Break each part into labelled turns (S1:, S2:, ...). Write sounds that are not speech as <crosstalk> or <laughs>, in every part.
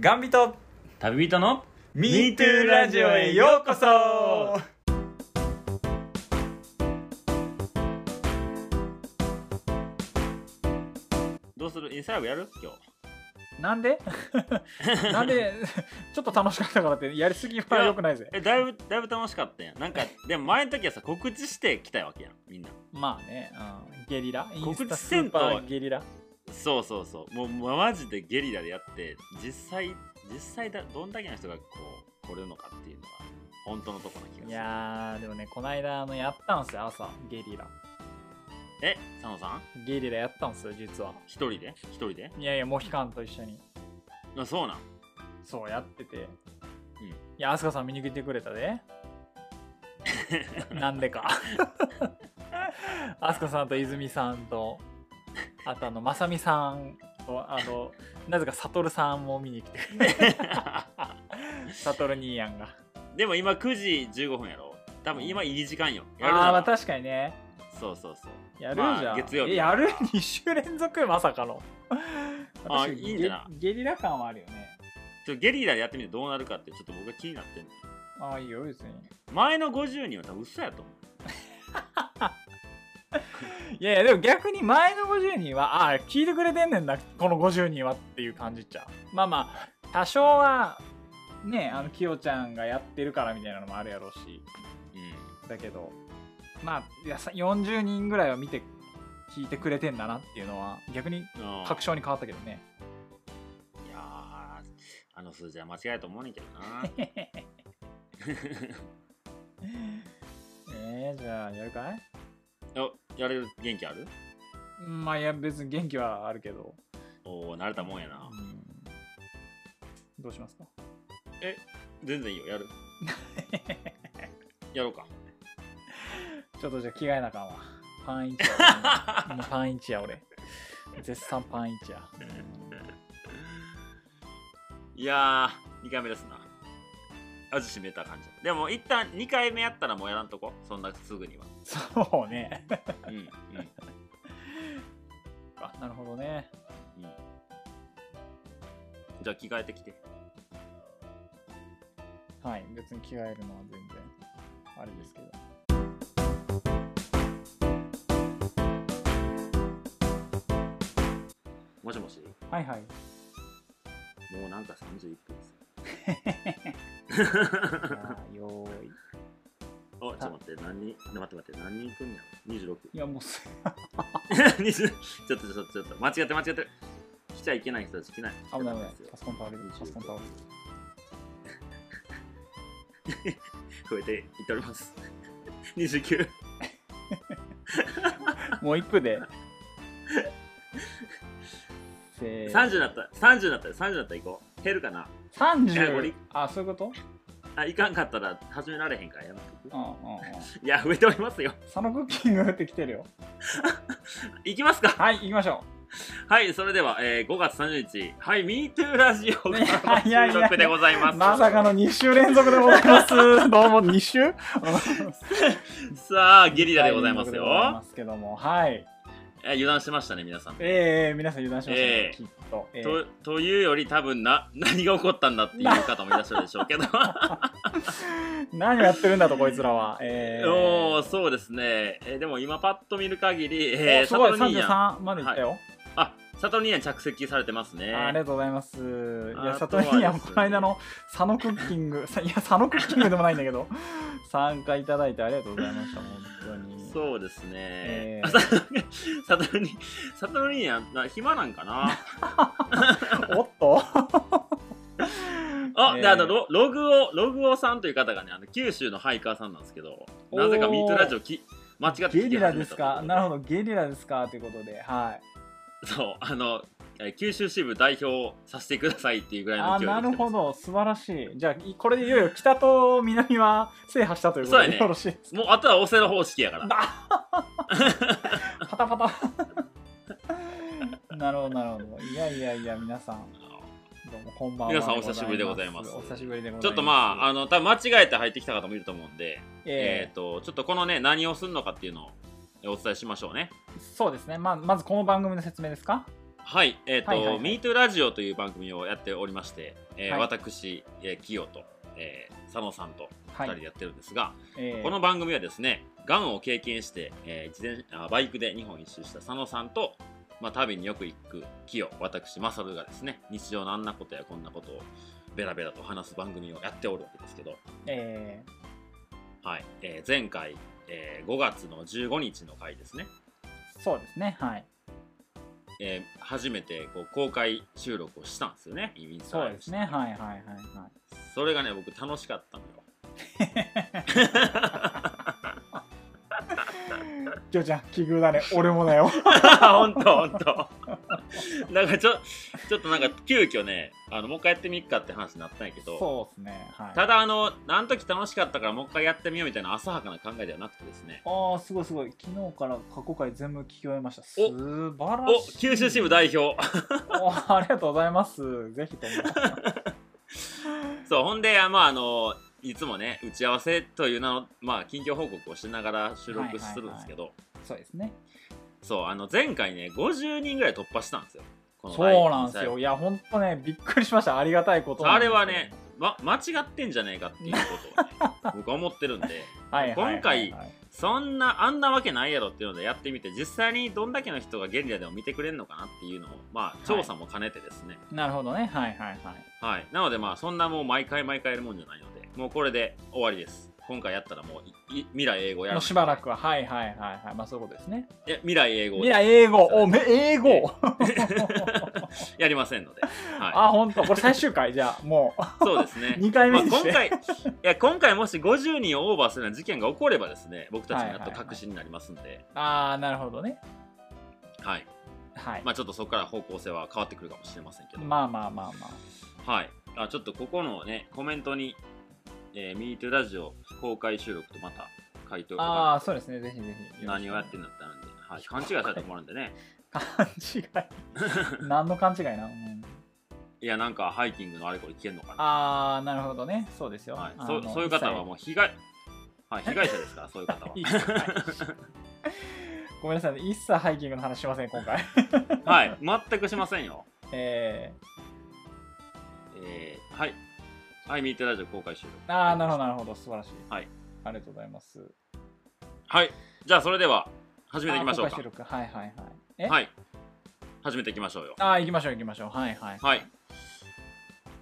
S1: ガンビト
S2: 旅人の
S1: MeToo ラジオへようこそ
S2: どうするインスタライブやる今日
S3: なんで <laughs> なんでちょっと楽しかったからってやりすぎは良くないぜ
S2: えだいぶだいぶ楽しかったやんなんか <laughs> でも前の時はさ告知してきたいわけやんみんな
S3: まあね、うん、ゲリライン
S2: 告
S3: ス
S2: 知
S3: タス
S2: せん
S3: ー
S2: と
S3: パーゲリラ
S2: そうそうそうもうもうマジでゲリラでやって実際実際だどんだけの人がこう来れるのかっていうのが本当のとこな気がする
S3: いやーでもねこないだあのやったんすよ朝ゲリラ
S2: え佐野さん
S3: ゲリラやったんすよ実は
S2: 一人で一人で
S3: いやいやモヒカンと一緒に
S2: あそうなん
S3: そうやってて、
S2: う
S3: い
S2: ん
S3: や飛鳥さん見に来てくれたで
S2: <laughs>
S3: なんでか飛鳥さんと泉さんとあとあのまさみさんとあのなぜかサトルさんも見に来てくれて
S2: <laughs>
S3: サトル兄やんが
S2: でも今9時15分やろ多分今いい時間よやる
S3: あ
S2: な
S3: あま
S2: ら
S3: あ確かにね
S2: そうそうそう
S3: やるじゃん、
S2: まあ月曜日
S3: えやる2週連続まさかの確
S2: あ
S3: かに
S2: いいんじゃな
S3: ゲゲリラ感はあるよね
S2: ちょっとゲリラでやってみてどうなるかってちょっと僕が気になってんの
S3: ああいいよ別に
S2: 前の50人は多分嘘やと思う
S3: いやいやでも逆に前の50人はああ聞いてくれてんねんなこの50人はっていう感じっちゃうまあまあ多少はねあのきよちゃんがやってるからみたいなのもあるやろうし
S2: う
S3: だけどまあいやさ40人ぐらいは見て聞いてくれてんだなっていうのは逆に
S2: んうん
S3: 確証に変わったけどね
S2: いやーあの数字は間違いだと思うねんけどな <laughs>
S3: <laughs> えー、じゃあやるかい
S2: おやれる元気ある
S3: うんまあいや別に元気はあるけど、
S2: おお慣れたもんやな
S3: うんどうしますか
S2: 全然いいよやるやろうか
S3: ちょっとじゃあ着替えなあかんわ。パンイチや俺もうパンイチや俺。絶賛パンイチや。
S2: いやー2回目ですな味しめた感じでも一旦2回目やったらもうやらんとこそんなすぐには
S3: そうね。
S2: うんうん
S3: あなるほどね。
S2: じゃあ着替えてきて
S3: はい。別に着替えるのは全然あれですけど。
S2: もしもし
S3: はいはい。
S2: もうなんか31分です
S3: じゃあよーい。
S2: <laughs> お、ちょっと待って、何人、待って待って、何人来んねやろ ?26。
S3: いやもうす、
S2: 20ちょっ <laughs> とちょっとちょっと、間違って間違ってる。来ちゃいけない人たち来ない。
S3: 危ない危
S2: <laughs>
S3: ない
S2: 来ちゃ。ダ
S3: パソコン倒れる
S2: メ。
S3: パ
S2: です
S3: ソ
S2: よ
S3: コン倒れる。
S2: 増えていってお
S3: <laughs>
S2: ります。29。
S3: もう一分で。せー
S2: 30だった、30だった、30だったら行こう。減るかなえ俺
S3: 30! あ、そういうこと
S2: あ、いかんかったら始められへんからやめと
S3: うんうんうん。
S2: く。いや、増えておりますよ。
S3: 佐野クッキングってきてるよ。
S2: 行きますか
S3: はい、行きましょ
S2: はい、それでは、えー、5月30日、はい、MeToo ラジオ
S3: い
S2: か
S3: やいや
S2: ら
S3: い
S2: 収
S3: や
S2: 録でございうま。す。
S3: まさかの2週連続でございます。どうも、2週 <laughs>
S2: さあ、ゲリラでございます
S3: タイミングでござい
S2: よ
S3: ま。すけども、はい。
S2: え油断してましたね、皆さん。
S3: ええ皆さん油断しましたね、
S2: ええ
S3: きっと。ええ
S2: とというより多分な何が起こったんだっていう方もいらっしゃるでしょうけど
S3: 何をやってるんだと、こいつらは。 <laughs> ええ
S2: <laughs> おーそうですね、えーでも今パッと見る限り、え
S3: お
S2: ー、
S3: すごい、
S2: サトル兄やん
S3: 33までいったよ、
S2: あサトル兄やん着席されてますね
S3: あ。ありがとうございます。いや、
S2: あと
S3: 里
S2: は
S3: 兄やん、
S2: ですね
S3: この間の佐野クッキング、 <laughs> さいや、佐野クッキングでもないんだけど、 <laughs> 参加いただいてありがとうございました、本当に。
S2: そうですね
S3: え、
S2: あ
S3: ー
S2: サトル <laughs> サトル兄サトル兄やんな暇なん
S3: <laughs>
S2: かな
S3: おっと
S2: あ、
S3: え
S2: で
S3: ー
S2: あのロログオログオさんという方がねあの九州のハイカーさんなんですけどなぜか
S3: おー
S2: ミートラジオき間違って
S3: ゲリラですかなるほ
S2: ど
S3: ど、ゲリラですかということで、はい。
S2: そうあのえー九州支部代表をさせてくださいっていうぐらいの
S3: あ
S2: 勢いで来て
S3: な
S2: ま
S3: る
S2: す
S3: ほど素晴らしいじゃあいこれでいよいよ北と南は制覇したということ
S2: そう
S3: で、
S2: やね
S3: よろしいです
S2: もうあとはオセロ方式やから。 <laughs>
S3: かパタパタなるほどなるほどいやいやいや皆さんどうもこんばんは
S2: 皆さんお久しぶりでございます
S3: お久しぶりでございま
S2: ち
S3: す
S2: ょっとまあ、
S3: あ
S2: あの、多分間違えて入ってきた方もいると思うんで、え
S3: え
S2: っ、と、ちょっとこのね、何をするのかっていうのをお伝えしましょうね。
S3: ーそうですね、まあ、まずこの番組の説明ですか
S2: はい、えっ、と、
S3: はいはいはい
S2: MeToo ラジオという番組をやっておりまして、えー
S3: はい
S2: 私、えー、キヨと、えー佐野さんと
S3: は
S2: 2人
S3: い
S2: でやってるんですが、
S3: えー
S2: この番組はですね、がんを経験して、えー自転あバイクで日本一周した佐野さんと、まあ、旅によく行く清、私、マサルがですね、日常のあんなことやこんなことをベラベラと話す番組をやっておるわけですけど、
S3: え
S2: はいえー前回、えー5月の15日の回ですね、
S3: ーそうですねはい
S2: えー初めてこう公開収録をしたんですよね、インスタ
S3: そう
S2: ライ
S3: で
S2: ブ
S3: すねはいはいはいはい
S2: それがね、僕楽しかっ
S3: <laughs>
S2: たのよ。
S3: ジョちゃん奇遇だね俺も
S2: <laughs>
S3: だよ
S2: 本当本当。なんかちょちょっとなんか急遽ねあのもう一回やってみっかって話になったんやけど
S3: そうですねはい
S2: ただあのあの時楽しかったからもう一回やってみようみたいな浅はかな考えではなくてですね
S3: ああすごいすごい昨日から過去回全部聞き終えました素
S2: お
S3: 晴ら
S2: お
S3: しい
S2: 九州支部代表
S3: おありがとうございますぜひとも
S2: そうほんであまああのいつもね打ち合わせという名のまあ近況報告をしながら収録するんですけど、
S3: そうですね
S2: そうあの前回ね50人ぐらい突破したんですよこの
S3: そうなんです
S2: 第一
S3: よ
S2: 回
S3: いやほんとねびっくりしましたありがたいことなん
S2: あ
S3: です
S2: れ
S3: けど
S2: はね、ま、間違ってんじゃねえかっていうことをね
S3: <laughs>
S2: 僕は思ってるんで
S3: はいはいはいはい
S2: 今回そんなあんなわけないやろっていうのでやってみて実際にどんだけの人がゲリラでも見てくれるのかなっていうのをまあ調査も兼ねてですね、
S3: なるほどねはいはいはい
S2: はいなのでまあそんなもう毎回毎回やるもんじゃないのでもうこれで終わりです今回やったらもういい未来英語やる
S3: もうしばらくははいはいはいはいまあそういうことですね
S2: え未来英語
S3: いや英語おめ英語、
S2: え <laughs> やりませんので、は
S3: あほんとこれ最終回じゃあもう
S2: い、そうですね
S3: 2回目
S2: まあ、
S3: にし
S2: 今
S3: て、
S2: 回いや今回もし50人をオーバーするような事件が起こればですね僕たちもやっと確信になりますんで、はい
S3: ああなるほどねはい、
S2: まあ、ちょっとそこから方向性は変わってくるかもしれませんけど、
S3: まあまあまあまあ
S2: はい。あ、ちょっとここのね、コメントに、えー、ミートラジオ公開収録とまた書いておく
S3: ああーそうですねぜひぜひ
S2: 何をやってんだったので、はい、勘違いされてもらうんでね。
S3: 勘違い <laughs> 何の勘違いな、うん
S2: いや、なんかハイキングのあれこれ聞けんのか
S3: ああなるほどねそうですよ、
S2: な。はい
S3: あ、
S2: そ
S3: の
S2: そういう方はもう被害、はい、被害者ですから、そういう方
S3: 一切はい <laughs> ごめんなさいね一切ハイキングの話しません今回 <laughs>
S2: は。はい、全くしませんよ。
S3: え
S2: えー、はい。はい、ミートラジオ公開収録。
S3: ー、ああなるほどなるほど素晴らしい、
S2: はい、
S3: ありがとうございます
S2: はい。じゃあ、それでは、始めていきましょう
S3: あー公開収
S2: か。
S3: 録はいはいはいえ、
S2: はい。始めていきましょうよ。
S3: ああ行きましょう行きましょうはいはい
S2: はい。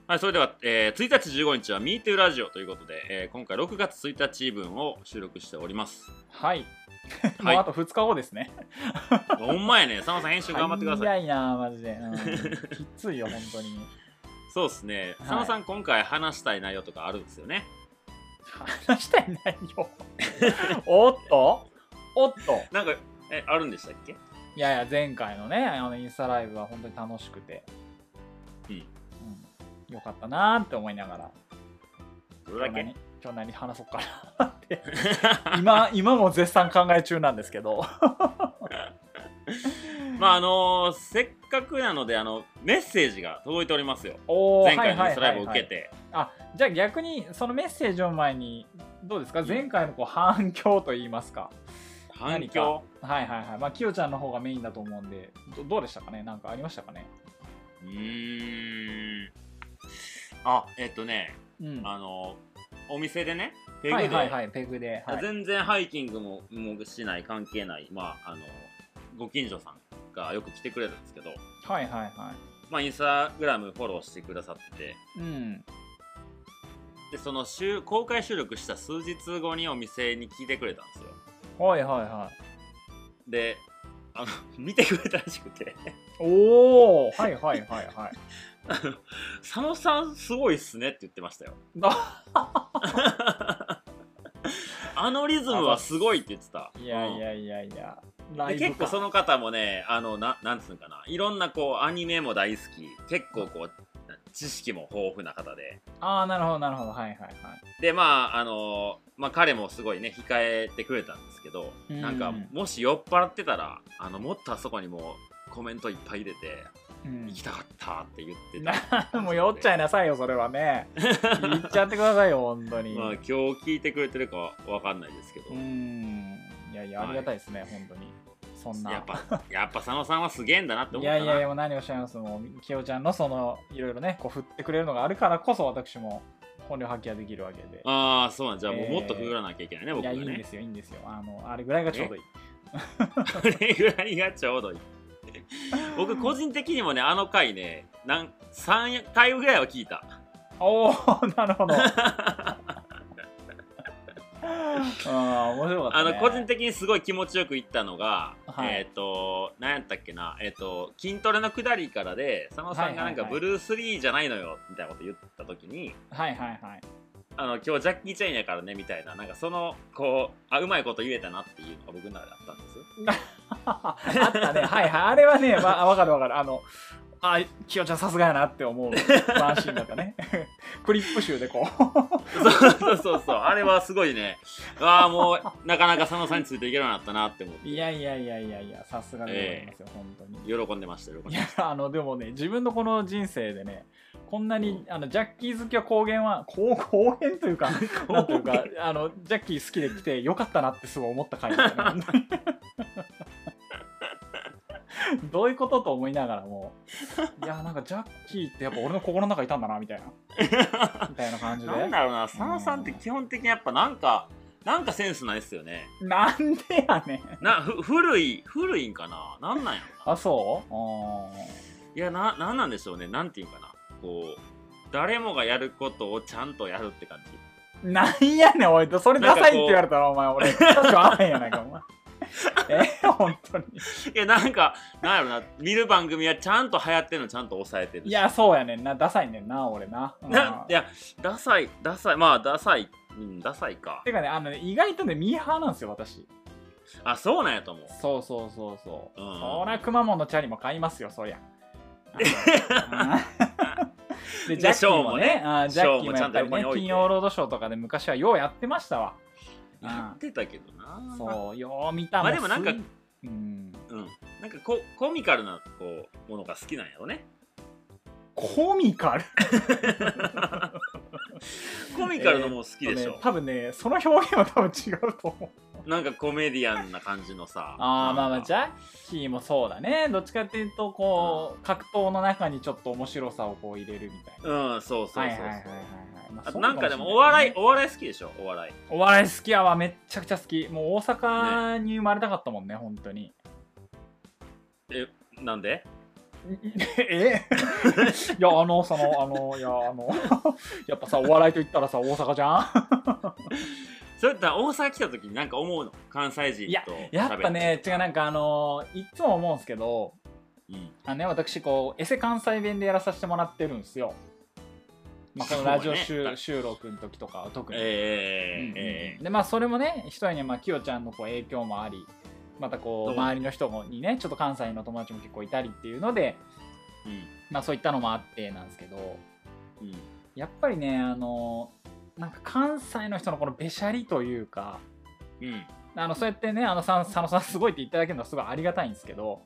S2: はい、それでは、えー1日15日は MeToo ラジオということで、えー今回6月1日分を収録しており
S3: <laughs>
S2: ます。
S3: はい、
S2: はい
S3: もうあと2日後ですね
S2: ほんまやね、佐野さん編集頑張ってください。
S3: 早いなマジで、
S2: <laughs>
S3: うんきついよ本当に
S2: そうですね、佐野さん今回話したい内容とかあるんですよね。
S3: 話したい内容 <laughs> おっとおっと
S2: なんか、え、あるんでしたっけ
S3: いやいや前回のねあのインスタライブは本当に楽しくて、
S2: うん
S3: うんよかったなーって思いながら
S2: どれ
S3: 今
S2: だ
S3: 日
S2: け
S3: 何今日何話そうかなって <laughs> 今今も絶賛考え中なんですけど
S2: まあ、あのーせっかくなので、あの、メッセージが届いておりますよ。
S3: おー
S2: 前回のインスタライブを受
S3: はいはいはいは
S2: け
S3: い
S2: て。
S3: あじゃあ逆にそのメッセージを前にどうですか前回のこう反響といいますか
S2: 反響
S3: はいはいはいまあきよちゃんの方がメインだと思うんでどどうでしたかねなんかありましたかね
S2: うーん。あ、えっとね、
S3: うん
S2: あのーお店でね、ペグ
S3: は
S2: で
S3: いはいはいペグで、はい、
S2: 全然ハイキングももしない関係ない、まあ、あのご近所さんがよく来てくれるんですけど、
S3: はいはいは
S2: まあ、インスタグラムフォローしてくださってて
S3: いうん
S2: でその週公開収録した数日後にお店に来てくれたんですよ
S3: はいはいはい
S2: であの <laughs> 見てくれたらしくて
S3: おおはいはいはい <laughs> はい
S2: あの「佐野さんすごいっすね」って言ってました
S3: <laughs>
S2: よあのリズムはすごいって言ってた
S3: いや
S2: うん
S3: いやいやいや、
S2: で結構そ
S3: の
S2: の方もねあのななんつうのかないろんなこうアニメも大好き結構こう知識も豊富な方で
S3: ああなるほどなるほどはいはいはい
S2: でまああのまあ彼もすごいね控えてくれたんですけど
S3: うん
S2: なんかもし酔っ払ってたらあのもっとあそこにもうコメントいっぱい入れて
S3: うん
S2: 行きたかったって言って
S3: <laughs>
S2: た、
S3: なもう酔っちゃいなさいよそれはね言っちゃってくださいよ本当に、
S2: まあ今日聞いてくれてるかわかんないですけど、
S3: うんいやいやありがたいですね、本当にそんな
S2: やっぱ、やっぱ佐野さんはすげえんだなって
S3: い
S2: 思った
S3: や
S2: な。
S3: いやいやもう何をおっしゃいますもうきよちゃんのそのいろいろねこう振ってくれるのがあるからこそ私も本領発揮はできるわけで
S2: ああ、そうなんじゃあもう
S3: えー
S2: もっと振らなきゃいけないね、
S3: い
S2: 僕
S3: や
S2: はい
S3: いんで
S2: ね。
S3: すよいいんですよあのあれぐらいがちょうどいい
S2: <laughs> これぐらいがちょうどいい。僕個人的にもね、あの回ね、なん3回ぐらいは聞いた。
S3: <laughs> おおなるほ
S2: <laughs>
S3: どあー面白かった、
S2: あ
S3: ね、
S2: の個人的にすごい気持ちよく行ったのが、
S3: はい
S2: えっ、と何やったっけな、えっと筋トレの下りからで佐野さんがなんか、
S3: はいはいはい
S2: ブルース・リーじゃないのよみたいなこと言った時に
S3: はいはいはい
S2: あの今日ジャッキー・チェーンやからねみたいななんかそのこうあうまいこと言えたなっていうのが僕の中であったんです
S3: <laughs> あったねはいはいあれはねわ、まあ、わかるわかるあのあきよちゃんさすがやなって思うワンシーンだったね <laughs> クリップ集でこう
S2: そうそうそうそうあれはすごいねああもうなかなか佐野さんについていけるようになったなって思って
S3: いやいやいやいやいやさすがでございますよ、本当に
S2: 喜んでました喜んでま
S3: い
S2: し
S3: やあのでもね自分のこの人生でねこんなに、あのジャッキー好きは公言は公公言というか
S2: 言
S3: なんと <laughs> いうかあのジャッキー好きで来てよかったなってすごい思った回だったね <laughs> どういうことと思いながらもいやなんかジャッキーってやっぱ俺の心の中いたんだなみた <laughs> いなみたいな感じで
S2: なんだろうな佐野さんって基本的にやっぱなんかなんかセンスないっすよね
S3: なんでやねん
S2: なふ古い古いんかななんなんやろ
S3: あそうう
S2: いやななんなんでしょうねなんていうんかなこう誰もがやることをちゃんとやるって感じ
S3: んなんやねんおいそれダサいって言われたらお前俺確かあんやないかお前 <laughs> え本当に
S2: いやなんかなんやろな見る番組はちゃんと流行ってるのちゃんと抑えてる
S3: いや、そうやねんな。ダサいねんな、俺な。うん
S2: ないやダサいダサいまあダサいうんダサいか
S3: てかね、あのね、意外とね、ミーハーなんですよ、私。
S2: あそうなんやと思う
S3: そうそうそうそう。
S2: うん
S3: そりゃ、くまモンのチャリも買いますよ、そ
S2: <laughs>
S3: りゃ。あーで、ジャッキーもね、あージャッキーもやっぱり
S2: ショーもちゃんと横に
S3: ね、
S2: 置いて
S3: 金曜ロードショーとかで昔はようやってましたわ。うん
S2: やってたけどな
S3: そう、よう見た
S2: まあでもなんか
S3: すいうん、
S2: うんなんかこコミカルなこうものが好きなんやろね
S3: コミカル
S2: コミカルのもの好きでし
S3: ね
S2: ょ、、
S3: 多分ね、その表現は多分違うと思う。
S2: なんかコメディアンな感じのさ
S3: あーまあまあジャ
S2: ゃ
S3: ッキーもそうだねどっちかっていうとこう格闘の中にちょっと面白さをこう入れるみたいな
S2: うんそうそうそうそう、
S3: はいはいはいはいはいまあ
S2: あ
S3: そ
S2: と
S3: う
S2: なん
S3: も
S2: か
S3: しれい
S2: でもお笑いお笑い好きでしょお笑い
S3: お笑い好きやわめっちゃくちゃ好きもう大阪に生まれたかったもんね本当に
S2: なんで <laughs>
S3: え <laughs> いやあのそのあのいやあの <laughs> やっぱさお笑いと言ったらさ大阪じゃ
S2: <laughs>
S3: ん
S2: それだったら大阪来た時になんか思うの関西人と喋
S3: やっぱね違うなん
S2: か、
S3: かあのいっつも思うんですけど
S2: うん
S3: あのね、私こうエセ関西弁でやらさせてもらってるんですよ、まあ、このラジオ
S2: そう
S3: 収,、
S2: ね
S3: 収録の時とかは特に、うんうん
S2: え
S3: うん
S2: えええ
S3: でまあそれもね一重にまあきよちゃんのこう影響もありまたこう
S2: そう
S3: 周りの人にねちょっと関西の友達も結構いたりっていうので、まあ、そういったのもあってなんですけど
S2: うんうん
S3: やっぱりねあのなんか関西の人のこのべしゃりというか
S2: うん
S3: あのそうやってねあのさん佐野さんすごいって言っていただけるのはすごいありがたいんですけど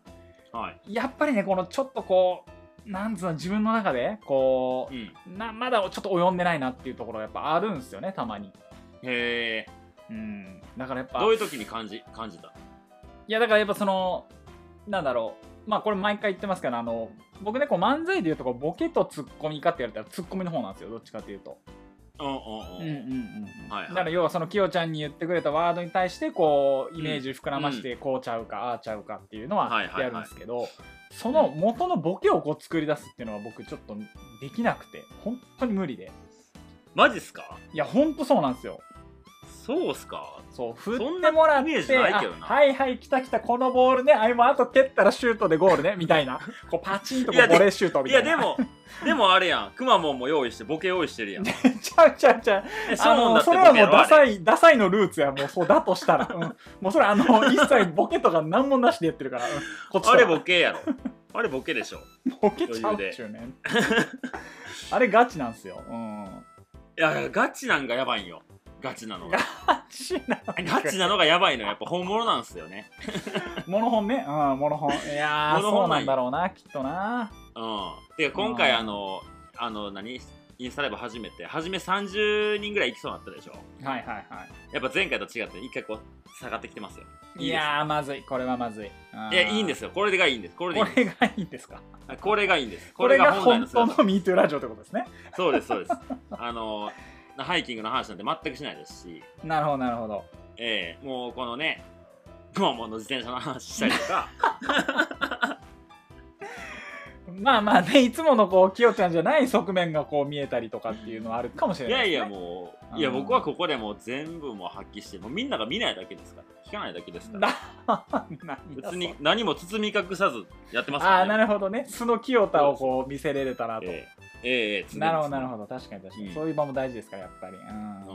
S2: はい
S3: やっぱりねこのちょっとこうなんつうの自分の中でこ
S2: うんへ
S3: うなまだちょっと及んでないなっていうところがやっぱあるんですよねたまに、
S2: え
S3: うん、だからやっぱ
S2: どういう時に感じ感じた
S3: いやだからやっぱそのなんだろうまあこれ毎回言ってますけどあの僕ねこう漫才でいうとこうボケとツッコミかって言われたらツッコミの方なんですよどっちかっていうと、
S2: うんうん
S3: うん
S2: う
S3: うん
S2: ん
S3: うん
S2: はいはい
S3: だから要はそのきよちゃんに言ってくれたワードに対してこうイメージ膨らましてこうちゃうか、ああちゃうかっていうのは
S2: はいはいはい
S3: やるんですけど、その元のボケをこう作り出すっていうのは僕ちょっとできなくて本当に無理で
S2: マジっすか
S3: いや本当そうなんですよ
S2: そうっすか
S3: そう振っ
S2: そん
S3: て
S2: な
S3: もらっ
S2: イメージ
S3: て
S2: ないけどな
S3: あはいはい来た来たこのボールねあれもあと蹴ったらシュートでゴールねみたいなこうパチンとこ
S2: いうやで
S3: ボレーシュートみ
S2: い
S3: た
S2: や
S3: いな
S2: で
S3: <laughs>
S2: もでもあれやんくまモンも用意してボケ用意してるや
S3: <laughs>
S2: ん
S3: ちゃうちゃうちゃう
S2: <laughs> え
S3: あ
S2: モン
S3: のそれはもうダサいダサいのルーツやもうそうだとしたら、うん、もうそれ
S2: <laughs>
S3: あの一切ボケとか何もなしでやってるから、うんこっちと
S2: あ
S3: ら
S2: れボ
S3: <laughs>
S2: ケやろあれボケでしょ
S3: ボケちゃうっちゅうね
S2: <laughs>
S3: んあれガチなんですようん
S2: いやガチなんがやばいんよガチなのが
S3: ガチな
S2: ガチなのがやばいのやっぱ本物なんですよね
S3: モノホンねうんモノホンいやー
S2: <laughs> モノ
S3: そ
S2: ホ
S3: う
S2: ン
S3: な
S2: なんんよ
S3: だろうなきっとな
S2: うん。てか今回
S3: あー
S2: あの、あの何インスタライブ始めて初め30人ぐらい行きそうになったでしょ
S3: はいはいは
S2: やっぱ前回と違って一回こう下がってきてますよ
S3: い
S2: いいです
S3: いやーまずいこれはまずい
S2: いやいいんですすよこれがいいんですこれでいい
S3: こ
S2: んで
S3: れがいいんですか
S2: すこれがいいんです
S3: これが
S2: 来
S3: 本当の MeToo ラジオってことですね
S2: そうですそうですあのハイキングの話なんて全くしないですし
S3: なるほどなるほど
S2: ええもうこのねくまモンの自転車の話したりと
S3: <laughs>
S2: か
S3: まあまあねいつものこうきよちゃんじゃない側面がこう見えたりとかっていうのはあるかもしれ
S2: い
S3: ない
S2: や
S3: ですね
S2: いやも
S3: う
S2: うんいや僕はここでもう全部もう発揮してもうみんなが見ないだけですから聞かないだけです
S3: <laughs>
S2: から
S3: だ <laughs> なんだ
S2: 別に何も包み隠さずやってますか
S3: あ
S2: ら、
S3: あ
S2: ね、
S3: なるほどね素の清田をこう見せれれたらと、
S2: ええええええ
S3: なるほどなる
S2: ほ
S3: ほど確かに確かに、
S2: うん
S3: そういう場も大事ですからやっぱりうん、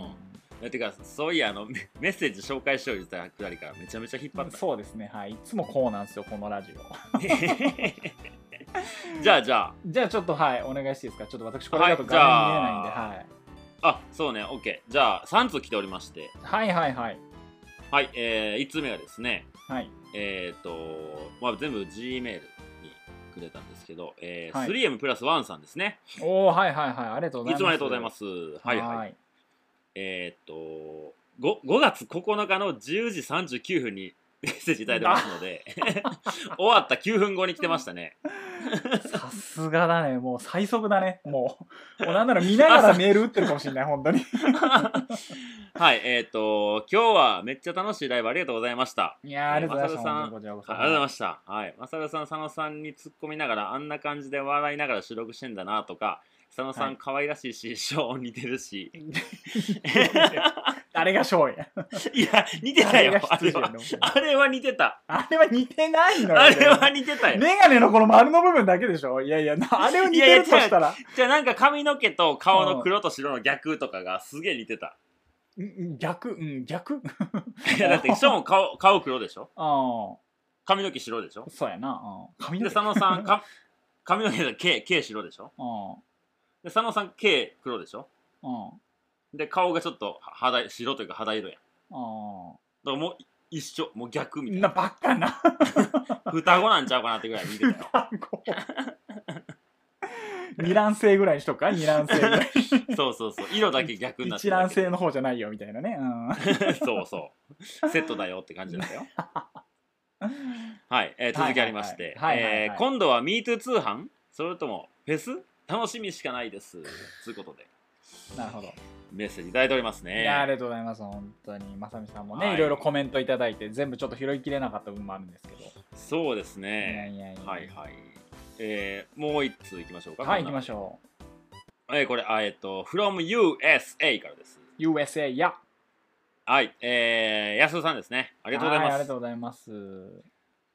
S2: うんどてかそういやあのメメッセージ紹介しよう言ったくだりからめちゃめちゃ引っ張っ
S3: <laughs>
S2: た
S3: そうですねはいいつもこうなんですよこのラジオ
S2: <laughs>
S3: <laughs>
S2: じゃあじゃあ
S3: じゃあちょっとはいお願いしていいですかちょっと私これだと
S2: はい
S3: 画面見えないんで、
S2: じゃ
S3: はい
S2: あそうね OK じゃあ3通来ておりまして
S3: はい、はいはい
S2: はいえー、1通目がですね
S3: はい
S2: えっ、と、まあ、全部 G メールにくれたんですけど、えー
S3: はい
S2: 3M プラスワンさんですね。
S3: おおはいはいはいありがとうございます
S2: いつもありがとうございます。はいはい。
S3: はい
S2: えっ、と5、5月9日の10時39分に <laughs> メッセージいただいてますので、終わった9分後に来てましたね。
S3: さすがだねもう最速だねもうもうなんなら見ながらメール打ってるかもしれない本当に
S2: はい、えっ、と、今日はめっちゃ楽しいライブありがとうございました。
S3: いやーありがとうございました
S2: まさるさん
S3: 本当にこちらこそ
S2: ありがとうございました。はい。マサルさん、佐野さんに突っ込みながら、あんな感じで笑いながら収録してんだなとか、佐野さ
S3: は
S2: ん
S3: い
S2: 可愛らしいし、ショー似てるし。
S3: あれが勝利
S2: いや、似てたよ。あ
S3: あ
S2: れ
S3: れが
S2: は
S3: 必需。や
S2: あれは似てた。
S3: あれは似てないのよ。
S2: あれは似てたよ。
S3: メガネのこの丸の部分だけでしょいやいや、なあれを似てるとしたら、
S2: じゃあなんか髪の毛と顔の黒と白の逆とかがすげえ似てた。
S3: うんうん逆、うん、逆
S2: いやだって、ショーン顔顔黒でしょ
S3: あ
S2: 髪の毛白でしょ
S3: あ、そうやな。うん髪
S2: で、
S3: の
S2: 佐
S3: 毛
S2: 野さん、か髪の毛が毛毛白でしょ
S3: うん
S2: で、佐野さん毛黒でしょ
S3: うん
S2: で、顔がちょっと肌白というか肌色や
S3: う
S2: ん。
S3: ん
S2: だからもう一緒、もう逆みたい
S3: な
S2: な。
S3: ばっかな。
S2: 双子なんちゃうかなってぐらい似てたよ。
S3: こう <laughs> 二卵性ぐらいにしとくか二卵性ぐらい。
S2: そうそうそう。色だけ逆になって
S3: 一
S2: るだ
S3: 卵
S2: け
S3: 性の方じゃないよみたいなね。うん。 <laughs>
S2: <laughs> そうそう。セットだよって感じだよ。はい、えー続きありまして、
S3: はいはいはいはいはい
S2: えー今度は MeToo 通販それともフェス楽しみしかないです。ということで、
S3: なるほど。
S2: <laughs> メッセージいただいておりますね。
S3: いやありがとうございます本当にまさみさんもね、
S2: はい
S3: い、ろいろコメントいただいて全部ちょっと拾いきれなかった部分もあるんですけど、
S2: そうです
S3: いや
S2: ね。
S3: いやいや
S2: はいはい。えーもう一通いきましょうか。
S3: はい行きま
S2: ょ
S3: しょ
S2: う。えーこれ、あえっ、と、from USA からです。
S3: う USA や
S2: はい、えー、安田さんですね。あ
S3: あ
S2: りがとうござい
S3: あ
S2: ま
S3: りが
S2: す
S3: とう。ございます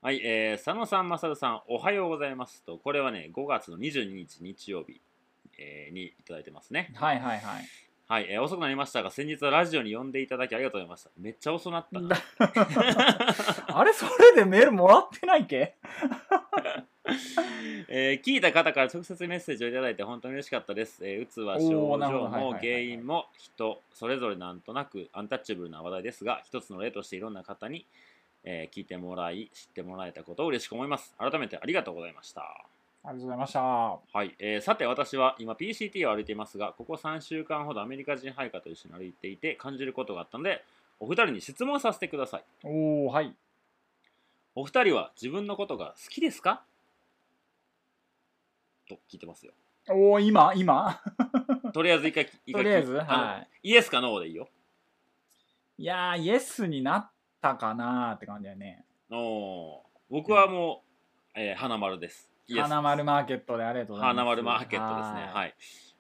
S2: はい、えー、佐野さん、まさるさん、おはようございますと、これはね、5月の22日日曜日、えーにいただいてますね。
S3: はいはいはい <laughs>
S2: はい、えー遅くなりましたが、先日はラジオに呼んでいただきありがとうございました。めっちゃ遅なったな。
S3: あれそれでメールもらってないっけ
S2: <laughs> えー聞いた方から直接メッセージをいただいて本当に嬉しかったです。えーうつは症
S3: お
S2: 状
S3: ーなるほどはいはいはい
S2: も
S3: はい
S2: 原因も人それぞれなんとなくアンタッチャブルな話題ですが、一つの例としていろんな方に、えー聞いてもらい、知ってもらえたことを嬉しく思います。改めてありがとうございました。
S3: ありがとうございましたは
S2: はい、えーさて私は今 PCT を歩いていますがここ3週間ほどアメリカ人配下と一緒に歩いていて感じることがあったのでお二人に質問させてください
S3: おおはい
S2: お二人は自分のことが好きですかと聞いてますよ
S3: おお今今
S2: とりあえず一回一
S3: と
S2: 回
S3: りあえず
S2: あの
S3: は
S2: イエスかノーでいいよ
S3: いいやーイエスになったかなーって感じだよね
S2: おー僕はもう、えー花丸ですイエス
S3: 花丸マーケットでありがとうございます
S2: 花丸マーケットですね。はい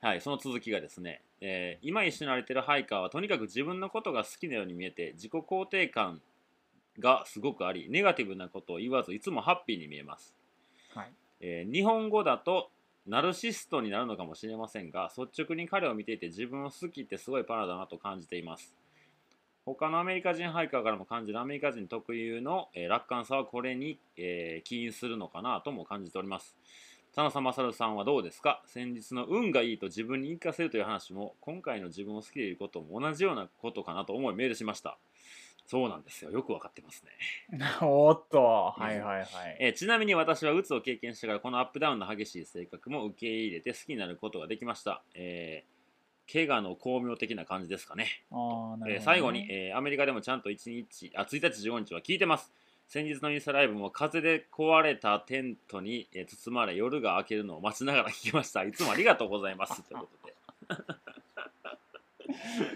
S2: い。はい、その続きがですね、えー今一緒に歩いてるハイカーはとにかく自分のことが好きなように見えて自己肯定感がすごくありネガティブなことを言わずいつもハッピーに見えます、
S3: はい
S2: えー日本語だとナルシストになるのかもしれませんが率直に彼を見ていて自分を好きってすごいパラだなと感じています他のアメリカ人ハイカーからも感じるアメリカ人特有の、えー楽観さはこれに、えー起因するのかなとも感じております田中正るさんはどうですか先日の運がいいと自分に言い聞かせるという話も今回の自分を好きでいることも同じようなことかなと思いメールしましたそうなんですよ。よくわかってますね。
S3: <laughs> おっと、はいはいはい。
S2: えーちなみに私は鬱を経験してからこのアップダウンの激しい性格も受け入れて好きになることができました、えー怪我の巧妙的な感じですかね
S3: あーなるほどね
S2: えー最後に、えーアメリカでもちゃんと1日あ1日15日は聞いてます先日のインスタライブも風で壊れたテントに、えー包まれ夜が明けるのを待ちながら聞きましたい <laughs> つもありがとうございます
S3: <laughs>
S2: ということで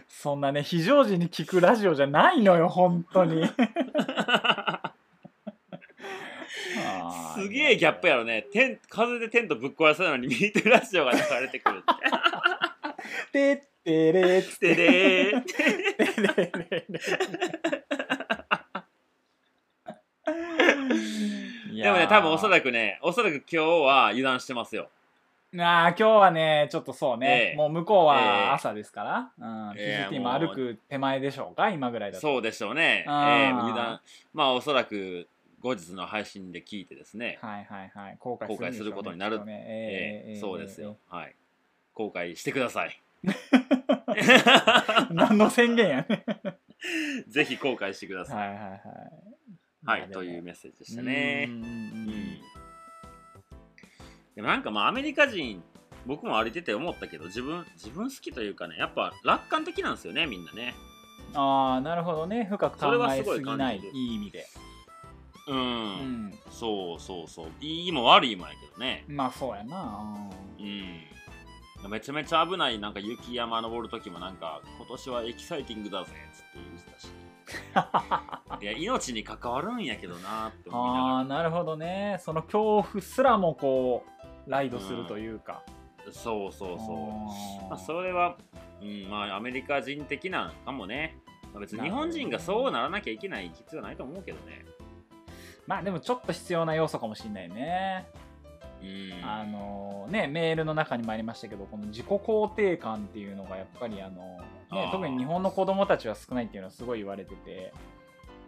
S3: そんなね、非常時に聞くラジオじゃないの
S2: <laughs>
S3: よ、本当に。あー
S2: すげえギャップやろねテン風でテントぶっ壊されたのにミートラジオが流れてくる
S3: <laughs>
S2: って
S3: てってれつ
S2: ででー
S3: ってれれれい
S2: <laughs> で
S3: やー
S2: もね、多分おそらくね、おそらく今日は油断してますよ。
S3: ああ今日はねちょっとそうね、
S2: ええ
S3: もう向こう
S2: ええ
S3: は朝ですから、うん、気
S2: ええ
S3: づいて今歩く手前でしょうか今ぐらいだと
S2: そうでしょうね。え
S3: あー
S2: え油断。まあ、おそらく後日の配信で聞いてですね、
S3: はいはいはい後悔
S2: 後悔することになる
S3: んでしょうねきっとね
S2: え
S3: えええ
S2: え
S3: え
S2: そうですよ
S3: え。
S2: はい。後悔してくださ
S3: <laughs>
S2: い。
S3: え何の宣言やね
S2: ぜひ後悔してください。
S3: はいはいはい
S2: はい、
S3: まあでも
S2: というメッセージでした
S3: う
S2: ね。
S3: んうん
S2: うん
S3: うん
S2: でもなんかまあ、アメリカ人、僕も歩いてて思ったけど、自分、自分好きというかね、やっぱ楽観的なんですよね、みんなね。
S3: ああなるほどね深く考
S2: それは
S3: え
S2: すご
S3: す
S2: い
S3: ぎ
S2: 感
S3: な
S2: じ
S3: い
S2: る
S3: いい意味で、
S2: う。
S3: うんん、
S2: そうそうそう。いいも悪いもやけどね。
S3: まあそうやな
S2: うん。めちゃめちゃ危ない、なんか雪山登るときもなんか、今年はエキサイティングだぜ、つって言ってたし。
S3: <laughs>
S2: いや、命に関わるんやけどなって思いな
S3: あ
S2: が
S3: あなるほどねその恐怖すらもこうライドするというか、
S2: ら。そうそ
S3: あ
S2: うそう。
S3: ー
S2: まあ、それは、うん、まあ、アメリカ人的なのかもね。まあ別に
S3: な
S2: 日
S3: るほど
S2: 本
S3: ね
S2: 人がそうならなきゃいけない必要はないと思うけどね。
S3: まあでもちょっと必要な要素かもしれないね、
S2: うん。
S3: あのねメールの中にもありましたけどこの自己肯定感っていうのがやっぱりあの
S2: あ
S3: ね
S2: ー、
S3: 特に日本の子供たちは少ないっていうのはすごい言われてて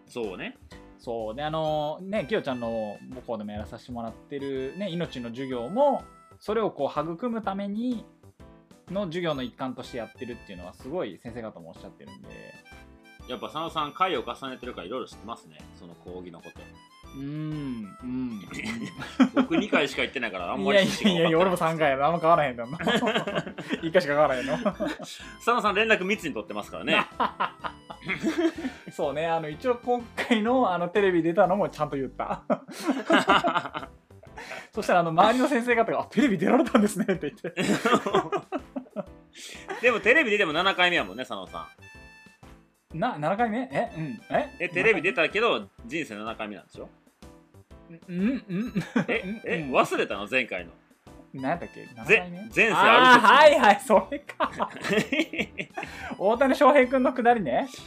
S2: そうね。
S3: そうであのねきよちゃんの母校でもやらさせてもらってる、ね、命の授業もそれをこう育むためにの授業の一環としてやってるっていうのはすごい先生方もおっしゃってるんで
S2: やっぱ佐野さん、回を重ねてるからいろいろ知ってますね。その講義のこと。
S3: うん <laughs> うん
S2: 僕2回しか行ってないから、あん
S3: い
S2: ま
S3: や
S2: り
S3: い
S2: 知識
S3: や
S2: が
S3: い
S2: 分かっ
S3: や俺
S2: てな
S3: も3回やろあんま変わらへん
S2: <laughs>
S3: だんな一回しか変わらへんの
S2: 佐野さん連絡密に取ってますからね
S3: そうねあの一応今回のあのテレビ出たのもちゃんと言った
S2: <laughs>
S3: そしたらあの周りの先生方があ「テレビ出られたんですね」って言って
S2: <laughs> でもテレビ出ても7回目やもんね佐野さん
S3: な7回目えうんえ
S2: えテレビ出たけど人生7回目なんでしょ
S3: うんうん
S2: ええ
S3: うん
S2: 忘れたの前回の
S3: 何だっけ7
S2: ぜ
S3: 回目
S2: 前世
S3: あー
S2: あ
S3: は
S2: る
S3: いはいそれ
S2: <laughs>
S3: か大谷翔平君のくだりね
S2: 時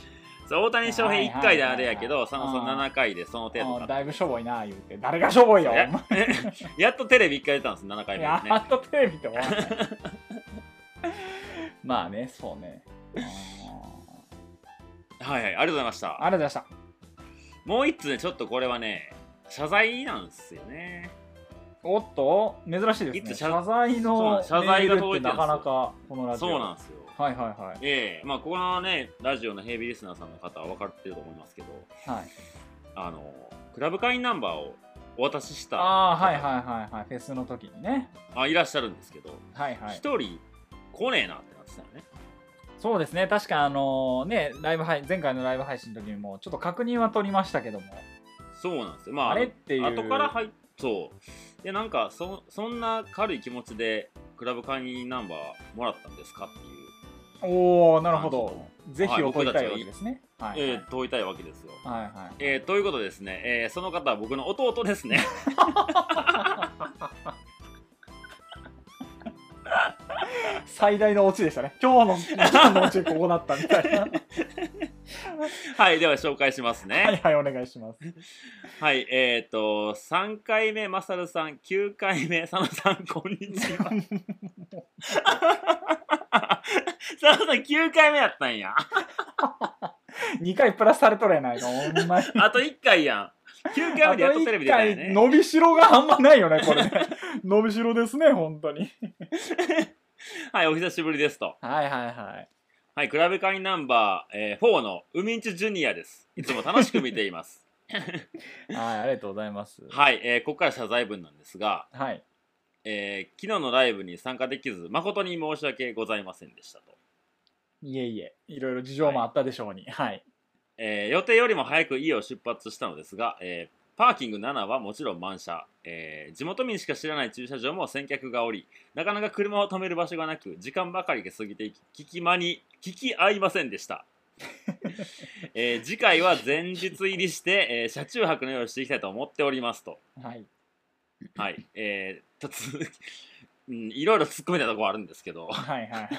S2: そう大谷翔平1回であれやけど
S3: はい
S2: 佐
S3: はいはい
S2: 野
S3: はい
S2: さん7回でその程度
S3: あ
S2: だ
S3: ーだいぶしょぼいな言うて誰がしょぼいよお前
S2: えやっとテレビ1回出たんです7回目
S3: や
S2: ですね
S3: っとテレビって終わらないまあねそうねあー
S2: はいはいありがとうございました
S3: ありがとうございました
S2: もう1つねちょっとこれはね謝罪なんですよね
S3: おっと珍しいですね
S2: いつ謝
S3: 謝罪
S2: そうなん
S3: の
S2: です謝罪
S3: メールっ
S2: が届い
S3: て
S2: て
S3: なん
S2: るですよ
S3: かなかこのラジオ
S2: そうなんですよ
S3: はいはいはい
S2: ええまあここのねラジオのヘビーリスナーさんの方は分かってると思いますけど
S3: はい
S2: あのクラブ会員ナンバーをお渡しした
S3: ああーはいはいはいはいフェスの時にね
S2: あいらっしゃるんですけど
S3: はいはい
S2: 一、人来ねえなってなってたよね
S3: そうですね確かあのねライブ配前回のライブ配信の時にもちょっと確認は取りましたけども
S2: そうなんですよまあ
S3: あれっていう
S2: 後から入っそうでなんかそそんな軽い気持ちでクラブ会員ナンバーもらったんですかっていう、
S3: おおなるほ
S2: あの
S3: どぜひ
S2: はい
S3: お問いたいわ
S2: 僕たちがい
S3: けですねはいはい
S2: えー問いたいわけですよ
S3: はいはい
S2: えーということでですね、えーその方は僕の弟ですね <laughs>
S3: 最大のオチでしたね今日の今日のオチここだったみた
S2: <laughs>
S3: いなは
S2: はいでは紹介しますね
S3: いはいお願いします
S2: はい、えっ、と、3回目、まさるさん、9回目、佐野さん、こんにち
S3: <laughs>
S2: は。 <laughs> 佐野さん、9回目やったんや。
S3: 2回プラスされとるやないのほんまに
S2: <laughs> あと1回やん。9回目でやっとテレビ出たんや
S3: あと一回
S2: ね。
S3: 伸びしろがあんまないよね、こ
S2: <laughs>
S3: れね。伸びしろですね、本当に。
S2: はい、お久しぶりですと。
S3: はいはいはい。
S2: はい、比べ会ナンバー、えー4のウミンチュジュニアです。いつも楽しく見て
S3: <laughs>
S2: います。
S3: はい、ありがとうございます。
S2: はい、えーここから謝罪文なんですが、
S3: はい。
S2: えー昨日のライブに参加できず、誠に申し訳ございませんでしたと。
S3: いえいえ、いろいろ事情もあったでしょうに。はい。
S2: えー予定よりも早く家を出発したのですが、えーパーキング7はもちろん満車、えー地元民しか知らない駐車場も先客がおりなかなか車を止める場所がなく時間ばかりが過ぎていき聞き間に聞き合いませんでした、 <laughs> えー次回は前日入りして、えー車中泊の用意をしていきたいと思っておりますと
S3: はい。
S2: はいえー、ちょっと続き <laughs> うんいろいろ突っ込めたところあるんですけど
S3: はいはい。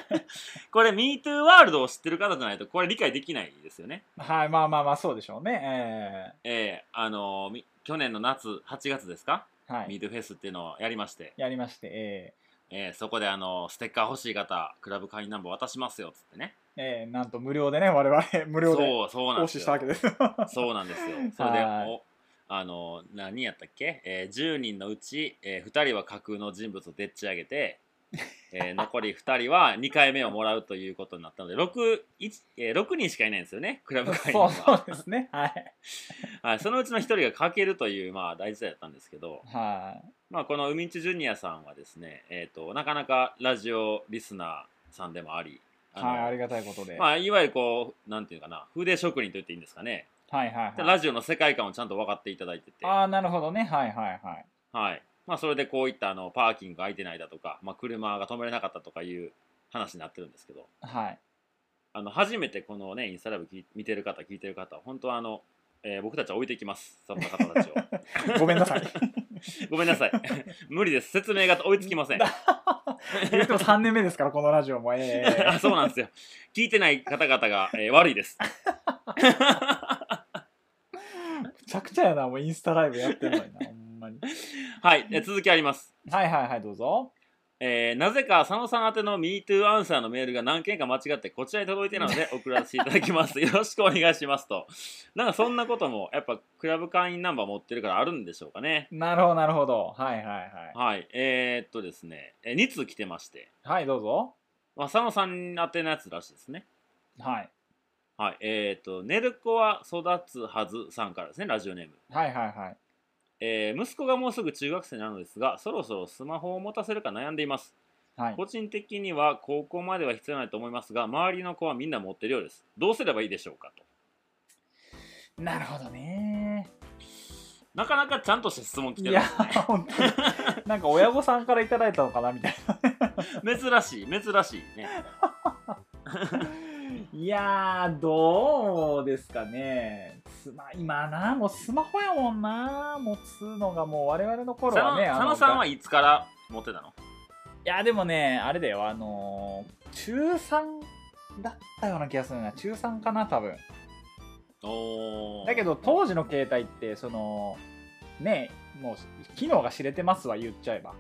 S2: これ MeToo ワールドを知ってる方じゃないとこれ理解できないですよね
S3: はい、まあまあまあ、そうでしょうね。
S2: えーあのーみ去年の夏8月ですか、
S3: えーは
S2: ミ
S3: い。
S2: ートフェスっていうのをやりまして、
S3: やりまして、え
S2: えーそこであのーステッカー欲しい方クラブ会員ナンバー渡しますよっつってね
S3: ーえーなんと無料でね、我々、 <laughs> 無料で
S2: そうそうなん
S3: 奉
S2: です
S3: 仕
S2: よ
S3: したわけです。 <laughs>
S2: そうなんですよそれで
S3: はい
S2: おあのー何人やったっけ、えー10人のうち、え2人は架空の人物をでっち上げて、え
S3: <laughs>
S2: ー残り2人は2回目をもらうということになったので 6, えー6人しかいないんですよねクラブ会員ナン
S3: そう
S2: バー
S3: そうですね。はい。
S2: はい、そのうちの1人がかけるという、まあ、大事だったんですけど、
S3: はい。
S2: まあ、このウミンチュジュニアさんはですね、えー、となかなかラジオリスナーさんでもありあの
S3: はい、ありがたいことで。
S2: ま
S3: はい
S2: あ、いわゆるこうなんていうかな風鈴職人と言っていいんですかね、
S3: はいは
S2: ラ
S3: い。
S2: ジオの世界観をちゃんと分かっていただいてて、は
S3: ああ、なるほどね。はいはいはい。
S2: いまあ、それでこういったあのパーキングが空いてないだとか、まあ、車が止めれなかったとかいう話になってるんですけど <laughs>
S3: はい。
S2: あの初めてこの、ね、インスタライブ聞い見てる方聞いてる方本当はあの、えー僕たちは置いていきますその方た
S3: <laughs>
S2: ちを
S3: ごめんなさい。
S2: ごめんなさい無理です説明が追いつきません
S3: 言うても3年目ですから、このラジオも。ええ
S2: <laughs> あそうなんですよ。聞いてない方々が、えー悪いです。
S3: むちゃくちゃやな、もうインスタライブやってるのにな、ほんまに。
S2: はい、えー続きあります。
S3: はいはいはい、どうぞ。
S2: えーなぜか佐野さん宛ての MeToo アンサーのメールが何件か間違ってこちらに届いているので送らせていただきます。よろしくお願いしますと。なんかそんなこともやっぱクラブ会員ナンバー持ってるからあるんでしょうかね。
S3: なるほど、なるほど。はいはいはい。
S2: はい、えー、っとですね、え2通来てまして、
S3: はい、どうぞ。
S2: まあ、佐野さん宛てのやつらしいですね。
S3: はい。
S2: はい、えー、っと、寝る子は育つはずさんからですね、ラジオネーム。
S3: はいはいはい。
S2: えー息子がもうすぐ中学生なのですがそろそろスマホを持たせるか悩んでいます
S3: はい、
S2: 個人的には高校までは必要ないと思いますが周りの子はみんな持ってるようですどうすればいいでしょうかと
S3: なるほどね。
S2: なかなかちゃんとした質問来
S3: い
S2: てる
S3: や、本当に。なんか親御さんからいただいたのかなみたい
S2: 珍しい珍しいね
S3: な。いやー、どうですかね。すま、今な、もうスマホやもんな。持つのがもう我々の
S2: 佐
S3: 頃は
S2: 野
S3: ね。あ
S2: 佐
S3: の
S2: 野さんはいつから持ってたの
S3: いや、でもね、あれだよ、あのー中3だったような気がするな。中3かな、多分。
S2: おー
S3: だけど、当時の携帯って、その、ね、もう、機能が知れてますわ、言っちゃえば。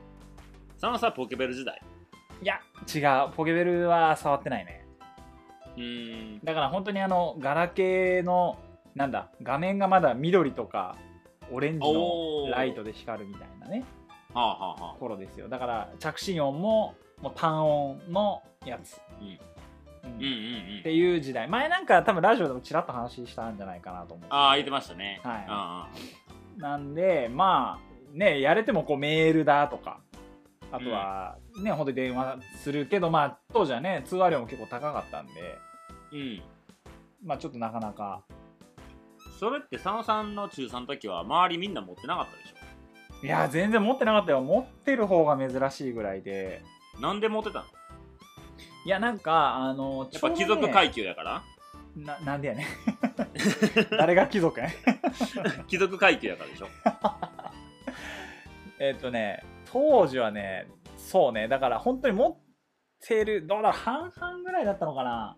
S2: 佐野さんはポケベル時代
S3: いや、違う。ポケベルは触ってないね。
S2: うーん
S3: だから本当にあの、ガラケーの、なんだ、画面がまだ緑とか、オレンジ
S2: お
S3: の
S2: ー
S3: ライトで光るみたいなね、
S2: はあはあは
S3: 頃ですよ。だから、着信音も、もう単音のやつ。うん
S2: あうんうん
S3: っ
S2: う
S3: て
S2: ん
S3: いう時代。前なんか多分ラジオでもちらっと話したんじゃないかなと思う。
S2: ああ言ってましたね
S3: はい
S2: い
S3: なんでまあねやれてもこうメールだとかあとはね、ほんとに電話するけどまあ当時はね通話料も結構高かったんで
S2: うんうん
S3: まあちょっとなかなか
S2: それって佐野さんの中3の時は周りみんな持ってなかったでし
S3: い
S2: ょ
S3: や全然持ってなかったよ持ってる方が珍しいぐらいで
S2: なんでモテたの
S3: いやなんかあの
S2: やっぱ貴族階級やから、
S3: 級ななんでや <laughs> ね誰が貴族やね
S2: 貴族階級やからでしょ
S3: えっとね当時はねそうねだから本当に持ってるどうだろう半々ぐらいだったのかな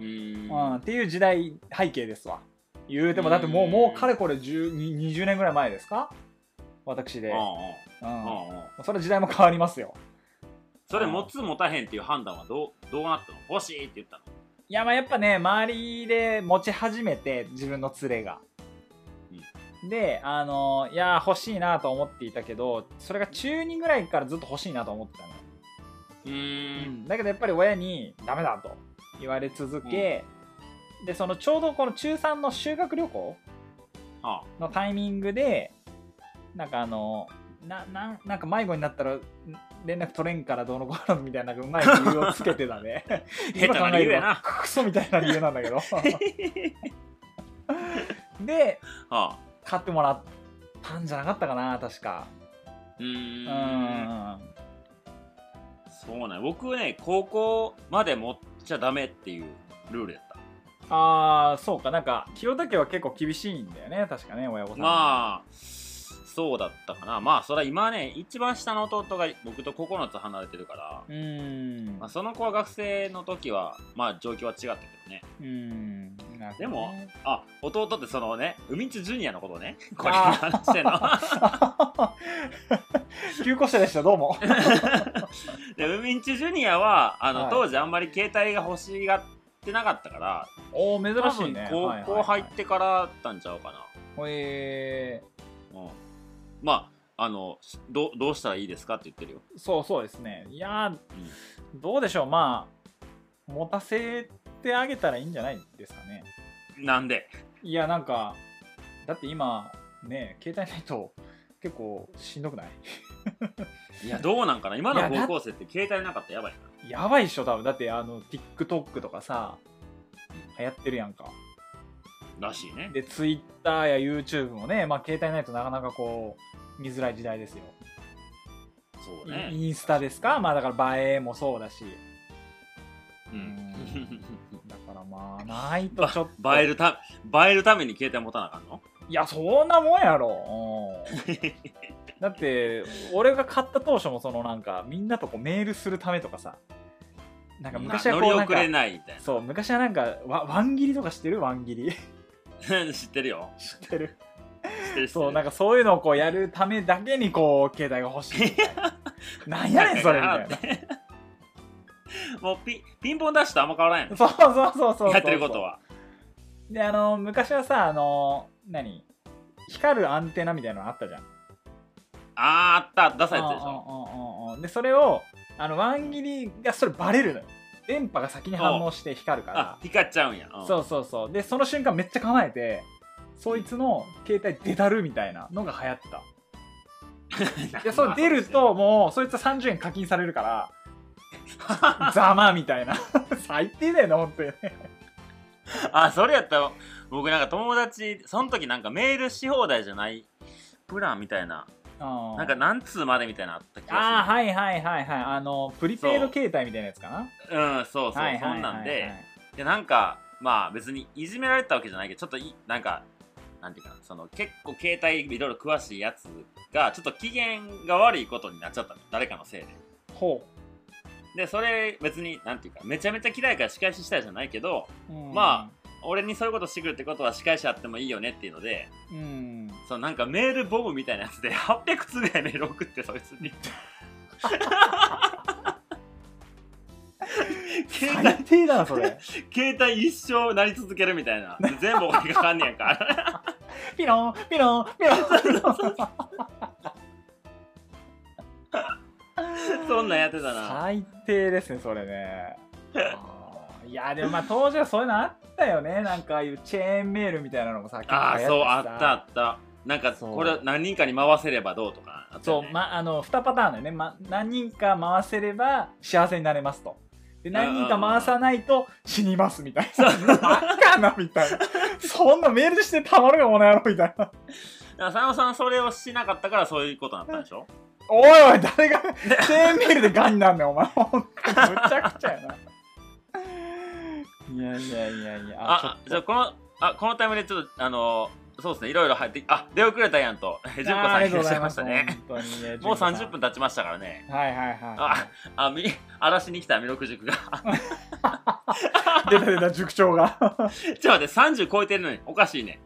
S2: うー
S3: う
S2: ん
S3: ん、っていう時代背景ですわ言うてもだってもう
S2: うん
S3: もうかれこれ10に20年ぐらい前ですか私で、う
S2: うんんうんうんうん
S3: それ時代も変わりますよ
S2: それ持つ持たへんっていう判断はどうどうなったの欲しいって言ったの
S3: いやまあやっぱね周りで持ち始めて自分の連れが、であのいや欲しいなと思っていたけどそれが中2ぐらいからずっと欲しいなと思ってたのよ、
S2: うーん
S3: だけどやっぱり親にダメだと
S2: う
S3: 言われ続け、でそのちょうどこの中3の修学旅行
S2: あ
S3: のタイミングでなんかあのなななんか迷子になったらん連絡取れんからどうのこうのみたいななんかうまい理由をつけてたね
S2: <laughs> 下手な
S3: 今考
S2: 理由やな
S3: えればクソみたいな理由なんだけ
S2: <laughs>
S3: どで
S2: あ
S3: 買ってもらったんじゃなかったかな確か
S2: うー
S3: うんん
S2: そうなん僕ね高校まで持っちゃダメっていうルールやった
S3: ああそうかなんか清田家は結構厳しいんだよね確かね親御さん
S2: まあそうだったかなまあそれは今ね一番下の弟が僕と9つ離れてるから、
S3: うーん
S2: まあ、その子は学生の時はまあ状況は違ったけどね
S3: うーんなるほどね
S2: でもあ弟ってそのね海津ジュニアのことねこれ
S3: あ
S2: 話してんの
S3: <laughs> 急行車でしたどうも
S2: で海津ジュニアはあの、
S3: はい
S2: 当時あんまり携帯が欲しがってなかったから
S3: おお珍
S2: 多
S3: しい
S2: 分
S3: ね
S2: 高
S3: はいはい
S2: 校
S3: はい
S2: 入ってからだったんちゃうかな、
S3: え
S2: うん、まああのどうどうしたらいいですかって言ってるよ
S3: ーそうそうですねいやーどうでしょうまあ持たせてあげたらいいんじゃないですかね
S2: なんで
S3: いやなんかだって今ね携帯ないと結構しんどくない
S2: いやどうなんかな今の
S3: いやだ
S2: 高校生って携帯なかったらやばいな
S3: やばいっしょ多分だってあの TikTok とかさ流行ってるやんから
S2: しいね
S3: で Twitter や YouTube もねまあ携帯ないとなかなかこう見づらい時代ですよ
S2: そう
S3: イ
S2: ね
S3: インスタですかまあだから映えもそうだし
S2: うん
S3: だからまあないとちょっ
S2: <laughs>
S3: と
S2: ば映えるた映えるために携帯持たなあかんの
S3: いやそんなもんや
S2: <laughs>
S3: ろ、うんだって俺が買った当初もそのなんかみんなとこうメールするためとかさなんか昔はこうな
S2: 乗り
S3: ん
S2: 遅
S3: か
S2: れないみたい
S3: そう昔はなんかわワン切りとかしてるワン切り
S2: <laughs>
S3: 知
S2: な <laughs> 知ってるよ
S3: ってる
S2: 知ってる
S3: そうなん
S2: か
S3: かそういうのをこうやるためだけにこう携帯が欲しいみたい
S2: <laughs>
S3: ななん <laughs> やねんそれみたいな
S2: もうピピンポンダッシュとあんま変わらんやん
S3: そうそうそうそうそう
S2: やってることは
S3: であの昔はさあの何光るアンテナみたいなのあったじゃん
S2: あーあったダサいやつでしょ
S3: うんうんうんうんうんでそれをあのワン切りがそれバレるのよ電波が先に反応して光る
S2: あ
S3: か
S2: 光っちゃうんや、う
S3: ら
S2: ん
S3: そうそうそうでその瞬間めっちゃ構えてそいつの携帯出たるみたいなのが流行ってた
S2: <laughs>
S3: でそれ出るともうそいつは30円課金されるから
S2: <laughs>
S3: ざまあみたいな最低だよね本当にね
S2: <laughs> あそれやったら僕なんか友達その時なんかメールし放題じゃないプランみたいな
S3: な
S2: なんか何通までみたいなのあった気
S3: ああ
S2: が
S3: はいはいはいはいあのプリペイド携帯みたいなやつかな
S2: するうんそうそう、
S3: はいはい
S2: そ
S3: はいはい
S2: んなんででなんかまあ別にいじめられたわけじゃないけどちょっといなんかなんていうかなその結構携帯いろいろ詳しいやつがちょっと機嫌が悪いことになっちゃったの誰かのせいで
S3: ほ
S2: でそれ別になんていうかめちゃめちゃ嫌いから仕返ししたいじゃないけど
S3: う、うん
S2: ま俺にそういうことしてくるってことは仕返しあってもいいよねっていうので
S3: うん
S2: そのなんかメールボムみたいなやつで800通ぐらいメール送ってそいつに携帯
S3: 最低だなそれ
S2: 携帯一生なり続けるみたいなで全部俺がかんねやんから <laughs>
S3: ピロンピロンピロン
S2: そんなんやってたな
S3: 最低ですねそれねあーいやでもまあ当時はそういうのあったよねなんかああいうチェーンメールみたいなのもさ
S2: ああ
S3: 結構
S2: そう
S3: 流行
S2: あ
S3: て
S2: ったあったなんか
S3: そう
S2: これ何人かに回せればどうとかあった
S3: そう
S2: よね、
S3: まあの2パターンだよね、ま、何人か回せれば幸せになれますとで何人か回さないと死にますみたいな <laughs> バカなみたいなそんなメールしてたまるかこの野郎みたいな
S2: だから佐野さんそれをしなかったからそういうことになったんでしょ
S3: おいおい誰
S2: <laughs>
S3: がチェーンメールでガンになんねんお前ほんとむちゃくちゃやないやいやいやいや
S2: あじゃあこのあこのタイムでちょっとあのそうですねいろいろ入ってあ出遅れたやんと
S3: あ
S2: <laughs> 純子
S3: ー
S2: さ
S3: あ
S2: ん
S3: り
S2: い
S3: がと
S2: ら
S3: う
S2: っ
S3: ございまし
S2: しゃいましたた
S3: ね
S2: ね
S3: 本当にね
S2: もう
S3: 純子さ
S2: 30
S3: ん
S2: 分経ちましたからね
S3: はいはいは
S2: あみ荒らしに来た弥勒塾が <laughs>
S3: い出た出た塾長
S2: <laughs>
S3: が
S2: ちょっと待って30超えてるのにおかしいね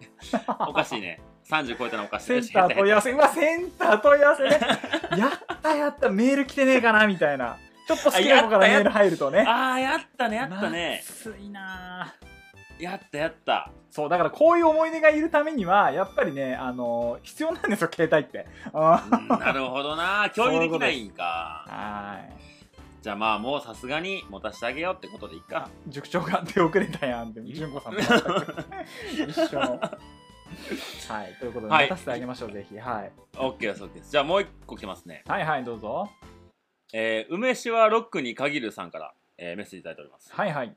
S2: おかしいね30超えたのおかしい
S3: センター問い合わせ、うわ、センター問い合わせ
S2: <laughs>
S3: ね。やったやった、メール来てねえかな、みたいな。ちょっと好きな子から
S2: あ
S3: メー
S2: やったやった
S3: ル入るとね。
S2: ああやったねやったね
S3: まずいなあ
S2: やったやった
S3: そう、だからこういう思い出がいるためには、やっぱりね、あの必要なんですよ、携帯って。あ <laughs>
S2: うんなるほどな共有できないんか
S3: ーはい。
S2: じゃあまあもうさすがに持たしてあげようってことでいいか。
S3: 塾長が出遅れたやんって純子さん <laughs> と全く一緒のはいということで
S2: は
S3: 待
S2: い
S3: たせてあげましょう、ぜひ、はい、
S2: オッケーです、オッケーです。じゃあもう一個来てますね。
S3: はいはいどうぞ
S2: えー、梅酒はロックに限るさんから、えーメッセージいただいております。
S3: はいはい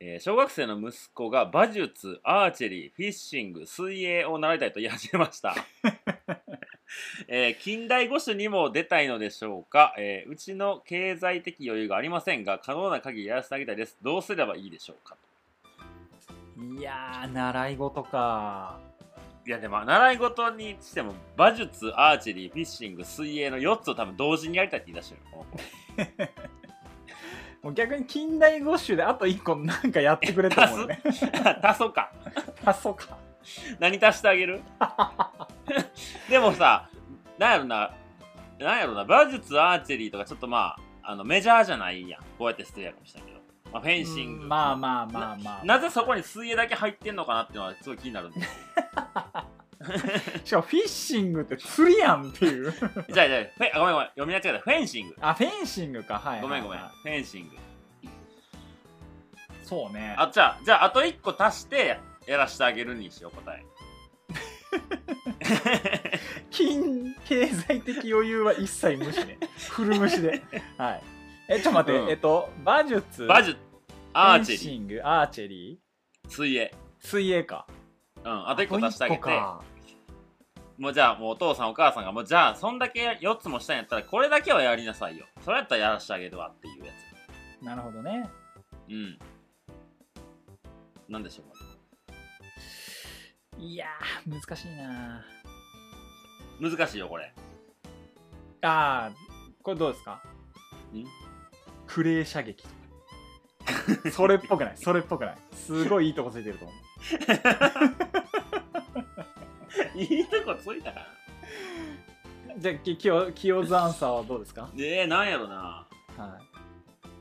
S2: えー小学生の息子が馬術アーチェリーフィッシング水泳を習いたいと言い始め
S3: <laughs>
S2: ました、えー近代五種にも出たいのでしょうか、えーうちの経済的余裕がありませんが可能な限りやらせてあげたいですどうすればいいでしょうか
S3: いやー習い事か
S2: いやでも習い事にしても馬術アーチェリーフィッシング水泳の4つを多分同時にやりたいって言い出してるよこの子
S3: もう逆に近代五種であと1個なんかやってくれた <laughs> もんね
S2: <laughs> 足そうか
S3: あそうか
S2: 何足してあげる <laughs> でもさなんやろななんやろな馬術アーチェリーとかちょっとまああのメジャーじゃないやんこうやって捨てやかもしれんけど、まあ、フェンシング
S3: うんまあまあまあまあ
S2: なぜそこに水泳だけ入ってんのかなっていうのはすごい気になるんです
S3: しかもフィッシングって釣りやんっていう
S2: じゃあじゃあフェあごめんごめん読み間違えたフェンシング
S3: <laughs> あフェンシングかはい
S2: ご
S3: はいはい
S2: めんごめんフェンシング
S3: そうね
S2: あじゃあじゃああと1個足してやらしてあげるにしよう答 <laughs> え
S3: 金経済的余裕は一切無視ね <laughs> 古無視ではいえちょっと待って、
S2: うん
S3: えっと馬術
S2: 馬術アーチ
S3: フェン
S2: ェ
S3: シン
S2: リー
S3: グアーチェリー
S2: 水泳
S3: 水泳か
S2: うんあと1個足してあげて
S3: あと一個か
S2: もうじゃあもうお父さんお母さんがもうじゃあそんだけ4つもしたんやったらこれだけはやりなさいよそれやったらやらしてあげるわっていうや
S3: なるほどね
S2: つうんなんでしょうか
S3: いやー難しいな
S2: 難しいよこれ
S3: あーこれどうですか
S2: ん
S3: クレー射撃とかそれっぽく
S2: <laughs>
S3: ないそれっぽくないすごいいいとこついてると思う
S2: <laughs> いいとこついたかな
S3: じゃあききよきよずアンサーはどうですか、
S2: えー、なんやろな
S3: は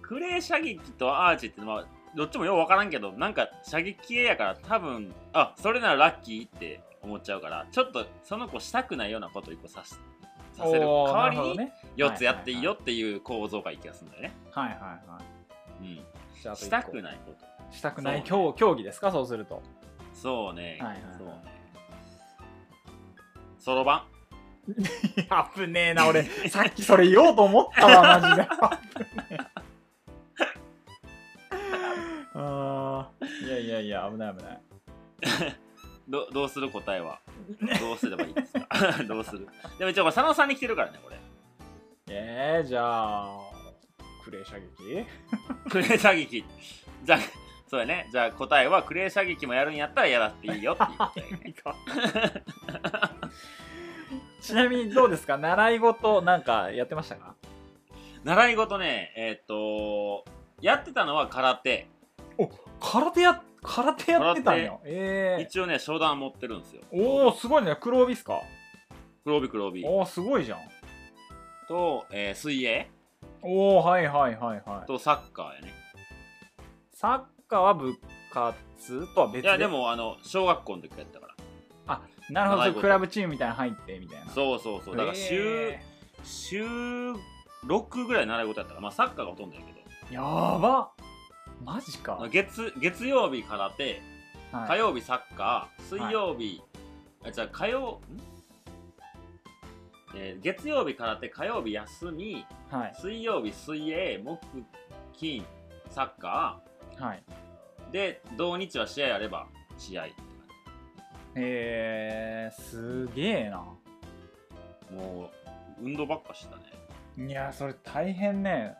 S2: クレー射撃とアーチってまあどっちもようわからんけどなんか射撃系やから多分あそれならラッキーって思っちゃうからちょっとその子したくないようなこと一個させ
S3: い、
S2: させる代
S3: おー
S2: わり
S3: なるほど
S2: に
S3: ね
S2: 4つやっていいよっていう構造がいい気がするんだよね
S3: はいはいはい
S2: うん
S3: じゃああと一個
S2: したくないこと
S3: したくない
S2: そ
S3: 競
S2: う
S3: 競技ですかそうすると
S2: そうね。
S3: はいはいはい
S2: そうね。そろばん。
S3: いや危ねえな俺 <laughs> さっきそれ言おうと思ったわ <laughs> マジで危ねえあーいやいやいや危ない危ない
S2: どどうする答えは。どうすればいいですか <laughs> どうするでも一応これ佐野さんに来てるからね、これ。
S3: えー、じゃあクレー射撃
S2: クレー射撃。じゃあ、そうやね。じゃあ答えはクレー射撃もやるんやったらやらっていいよっていう答
S3: <laughs>
S2: えね
S3: ちなみにどうですか習い事なんかやってましたか
S2: 習い事ね、えーっと、やってたのは空手。
S3: 空手や空手やってたんよえ
S2: 一応ね、商談持ってるんですよ。
S3: ー、おおすごいね黒帯っすか
S2: 黒帯黒帯。
S3: おおすごいじゃん
S2: と、えー水泳
S3: おおはいはいはいはい
S2: とサッカーやね。
S3: サッカーは部活とは別
S2: いや、でも、あの、小学校の時からやったから。
S3: あなるほど
S2: 習
S3: そ
S2: いう事
S3: クラブチームみたいなの入ってみたいな
S2: そうそうそう。だから週、
S3: え
S2: 週6ぐらい習い事やったから、まあ、サッカーがほとんどやけど
S3: ーやばマジか、はい、
S2: 月月曜日空手火曜日サッカー水曜日、あじゃあ火曜ん、えー月曜日空手火曜日休み
S3: はい
S2: 水曜日水泳木金サッカ
S3: はい
S2: ーで土日は試合あれば試合
S3: えー、すげえな
S2: もう運動ばっかしてたね
S3: いやそれ大変ね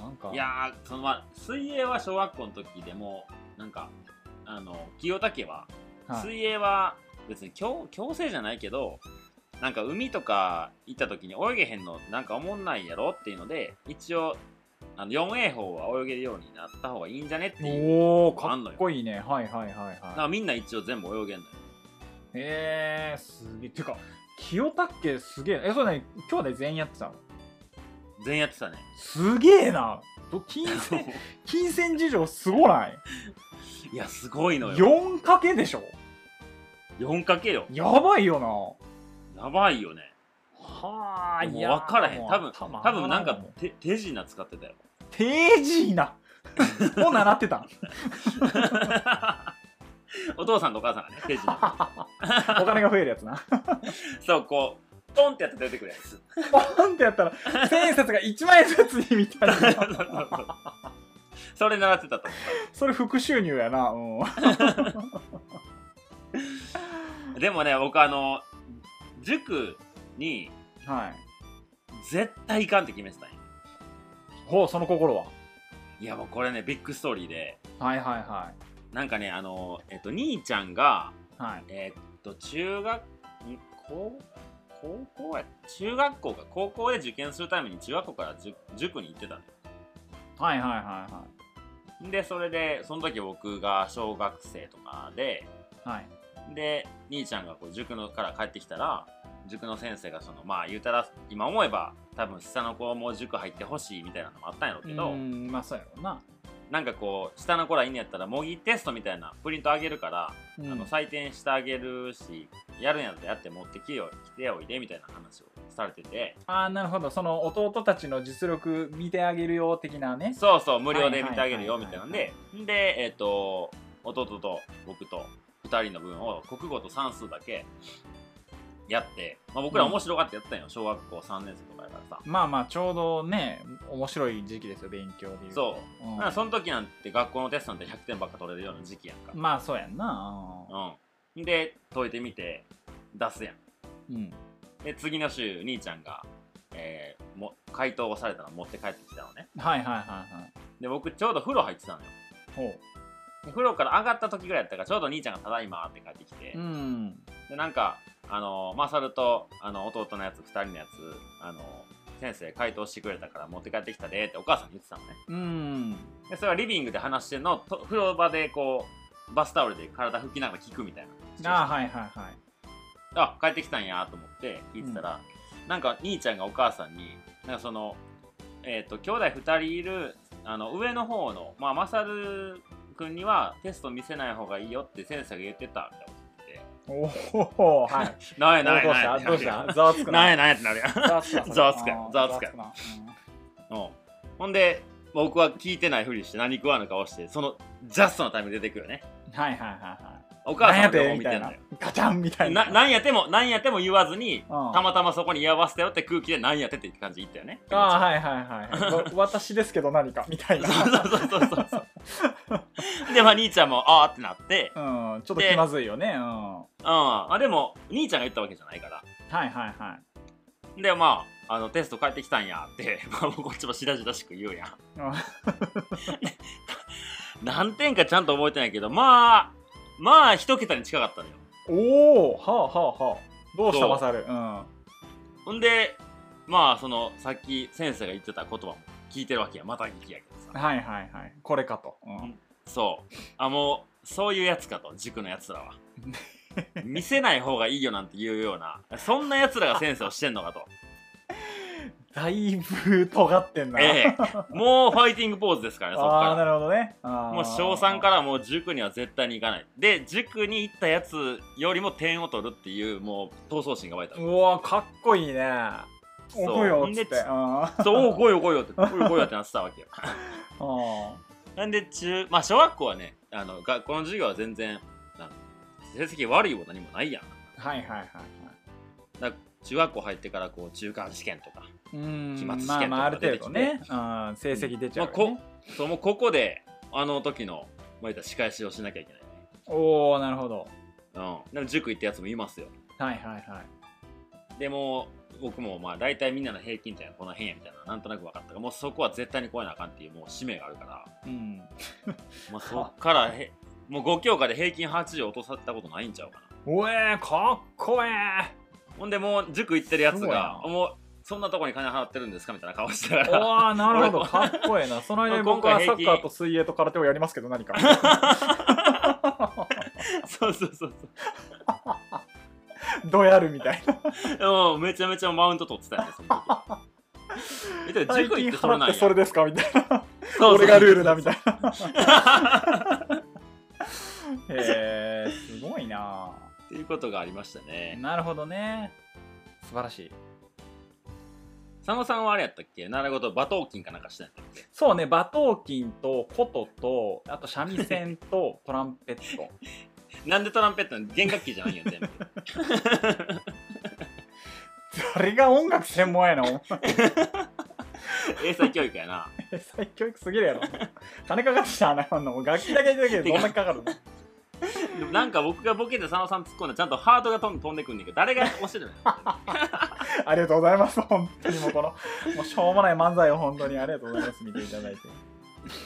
S3: なんか
S2: いやーそのまあ水泳は小学校の時でもなんかあの清武は
S3: はい
S2: 水泳は別に強強制じゃないけどなんか海とか行った時に泳げへんのなんか思んないやろっていうので一応あの 4A 法は泳げるようになった方がいいんじゃねっていう
S3: おお
S2: あ
S3: か
S2: んの
S3: っ
S2: よ
S3: こいいねはいはいはい
S2: だか
S3: は
S2: らみんな一応全部泳げんのよ
S3: いえー、すげえてか清武すげええそうね兄弟全員やってたの
S2: 全員やってたね
S3: すげえなど金
S2: <laughs>
S3: 銭金銭事情すごない
S2: いやすごいのよ
S3: 4かけでしょ
S2: 4×4
S3: やばいよな
S2: やばいよね
S4: はあ
S2: もう
S4: い
S2: い
S4: や
S2: 分からへん多分
S4: 多
S2: 多分なんか手手品使ってたよ
S3: テージーな。もう習ってたん。
S2: お父さんとお母さんがね手品
S3: お金が増えるやつな。
S2: そうこうトンってやって出てくるやつ
S3: ポンってやったら、1000円札が1万円札にみたいな。
S2: <laughs> それ習ってたと思
S3: それ副収入やな。うん。
S2: うでもね僕あの塾に
S3: はい。
S2: 絶対行かんって決めてたんよ
S3: ほう、その心は。
S2: いやもうこれねビッグストーリーで
S3: はいはいは
S2: なんかねあのえっと兄ちゃんが
S3: い。はい。
S2: えーっと中学ん高高校や中学校か高校で受験するために中学校から塾塾に行ってたの
S3: はいはいはいは
S2: よでそれでその時僕が小学生とかで
S3: い。はい。
S2: で兄ちゃんがこう塾のから帰ってきたら塾の先生がそのまあ言うたら今思えば多分下の子も塾入ってほしいみたいなのもあったんやろうけど、
S3: ん、まあそうやろうな。
S2: なんかこう下の子らいいんやったら模擬テストみたいなプリントあげるから、
S3: うん
S2: あの採点してあげるしやるんやったらやって持ってきてよ来ておいでみたいな話をされてて
S3: ああ、なるほど。その弟たちの実力見てあげるよ的なね。
S2: そうそう無料で見てあげるよ
S3: はい
S2: み
S3: は
S2: た
S3: い
S2: い
S3: は
S2: ないんででえっ、と弟と僕と2人の分を国語と算数だけやって、まあ、僕ら面白がってやってたんよ、小学校3年生とかやからさ、
S3: まあまあ、ちょうどね、面白い時期ですよ、勉強でいうと。。
S2: そう
S3: ん
S2: なんかその時なんて学校のテストなんて100点ばっか取れるような時期やんか、
S3: まあそうやんな。
S2: うん、で解いてみて出すやん
S3: うん。
S2: で次の週兄ちゃんが、えーも回答をされたの持って帰ってきたのね
S3: はいはいはいはい。
S2: で僕ちょうど風呂入ってたのよ
S3: ほ
S2: で風呂から上がった時ぐらいやったからちょうど兄ちゃんが「ただいま」って帰ってきて、
S3: う。うん。
S2: でなんかあのマサルとあの弟のやつ2人のやつあの先生回答してくれたから持って帰ってきたでってお母さんに言ってたのね
S3: うん。
S2: でそれはリビングで話してんのをと風呂場でこうバスタオルで体拭きながら聞くみたいな
S3: ああ、はいはいはい。
S2: あ帰ってきたんやと思って聞いてたら、なんか兄ちゃんがお母さんになんかそのえっ、と兄弟2人いるあの上の方のまあマサル君にはテスト見せない方がいいよって先生が言ってたみたいなこと言って
S3: おお、はい。 <laughs>
S2: てない
S3: どう
S2: ない
S3: し
S2: な
S3: た
S2: い
S3: どうしたざわつく
S2: <laughs> な
S3: な。
S2: いないってなるやん
S3: ざわつくな。
S2: ざわつくや
S3: うん
S2: ざわつくや
S3: な
S2: うんほんで僕は聞いてないふりして何食わぬ顔してそのジャストのタイミングで出てくるよね
S3: うんはいはいはいは
S2: お
S3: い。
S2: 母
S3: なん
S2: さ
S3: や
S2: んの
S3: てみ
S2: 顔見
S3: た
S2: て
S3: い
S2: んの
S3: な
S2: よ。
S3: ガチャンみたいな。
S2: ななんやてもなんやても言わずに
S3: うん
S2: たまたまそこに居合わせたよって空気でなんやてって感じで言ったよね
S3: ああ、はいはいはい。わ <laughs> 私ですけど何かみたいな。
S2: そうそうそうそうそうでまあ兄ちゃんもああってなって
S3: うん、ちょっと気まずいよね。うん。は
S2: うんあでも兄ちゃんが言ったわけじゃないから
S3: いはいは
S2: でまああのテスト帰ってきたんやって、 <laughs> まあ、もうこっちもしらじらしく言うやん
S3: いうん。
S2: 何点かちゃんと覚えてないけどまあまあ一桁に近かったのよ
S3: おお、はあはあはあ。どうし
S2: そ
S3: た
S2: う
S3: マサル。うん。
S2: ほんでまあそのさっき先生が言ってた言葉も聞いてるわけやまた聞きやけどさ
S3: はいはいはい。これかと。うん
S2: そうあもうそういうやつかと塾のやつら
S3: <laughs>
S2: は見せない方がいいよなんて言うようなそんなやつらが先生をしてんのかと
S3: だいぶ尖って <laughs> んな。
S2: ええもうファイティングポーズですからね、そこ
S3: ああ、な
S2: か
S3: るほどね。
S2: ら。
S3: も
S2: もう小3からもう塾には絶対に行かない。で、塾に行ったやつよりも点を取るっていう、もう闘争心が湧いた。
S3: うわかっこいいね
S2: そう
S3: おこよっつ
S2: で
S3: ってうんうん
S2: そう、おう来いよ来いよって、来いよ来いよってなってたわけよ。 <laughs> なんで中、まあ小学校はね、あの学校の授業は全然、なん成績悪いも何もないやん。
S3: はいはいはいはい
S2: だから中学校入ってからこう中間試験とか、
S3: うーん
S2: 期末試験と
S3: ま
S2: か
S3: あまあある程度
S2: 出
S3: ね、うん、成績出ちゃう
S2: まあ
S3: よ
S2: こ
S3: ね、
S2: そうもうここであの時の、まあ、言ったら仕返しをしなきゃいけないね。
S3: おおなるほど
S2: うん。でも塾行ったやつもいますよ。
S3: はいはいはい
S2: でもう僕もまあ大体みんなの平均点はこの辺やみたいななんとなく分かったからもうそこは絶対に超えなあかんっていうもう使命があ
S3: <laughs>
S2: るから、
S3: うん
S2: まあ、そっからへもう5教科で平均80落とされたことないんちゃうかな
S3: おえー、かっこええ
S2: ほんでもう塾行ってるや
S3: す
S2: つ
S3: ごい
S2: が
S3: な
S2: もうそんなとこに金払ってるんですかみたいな顔してた
S3: お
S2: か
S3: ーなるほどかっこええ
S2: <laughs>
S3: なその間に
S2: 今
S3: 僕
S2: 回
S3: は
S2: 平
S3: サ
S2: 均
S3: ッカーと水泳と空手をやりますけど何か <laughs>
S2: ら <laughs> そうそうそう
S3: どやるみたい
S2: <laughs>
S3: な
S2: そうもうめちゃめちゃマウント取ってたよねその時えでも
S3: 最
S2: 塾
S3: 近
S2: 行ってそれ
S3: 払
S2: な
S3: っ
S2: んや
S3: てそれですかみたいな
S2: そうそう
S3: 俺がルールだみたいな
S2: <laughs>
S3: へえすごいな
S2: っていうことがありましたね
S3: なるほどね素晴らしい
S2: 佐野さんはあれやったっけ習い事馬頭琴かなんかしてんやったっけ
S3: そうね、馬頭琴と琴と、あと三味線 <laughs> とトランペット。
S2: なんでトランペットなん弦楽器じゃないよ全部
S3: 誰が音楽専門やの
S2: 英才教育やな
S3: 英才教育すぎるやろ。金かかってたな、あの、楽器だけだけどどんなにかかるの
S2: でもなんか僕がボケて佐野さん突っ込んだらちゃんとハートが飛ん飛んでくんねんけど誰が教えてるのよ
S3: <laughs> ありがとうございます、本当にもうこの、もうしょうもない漫才を本当にありがとうございます、見ていただいて。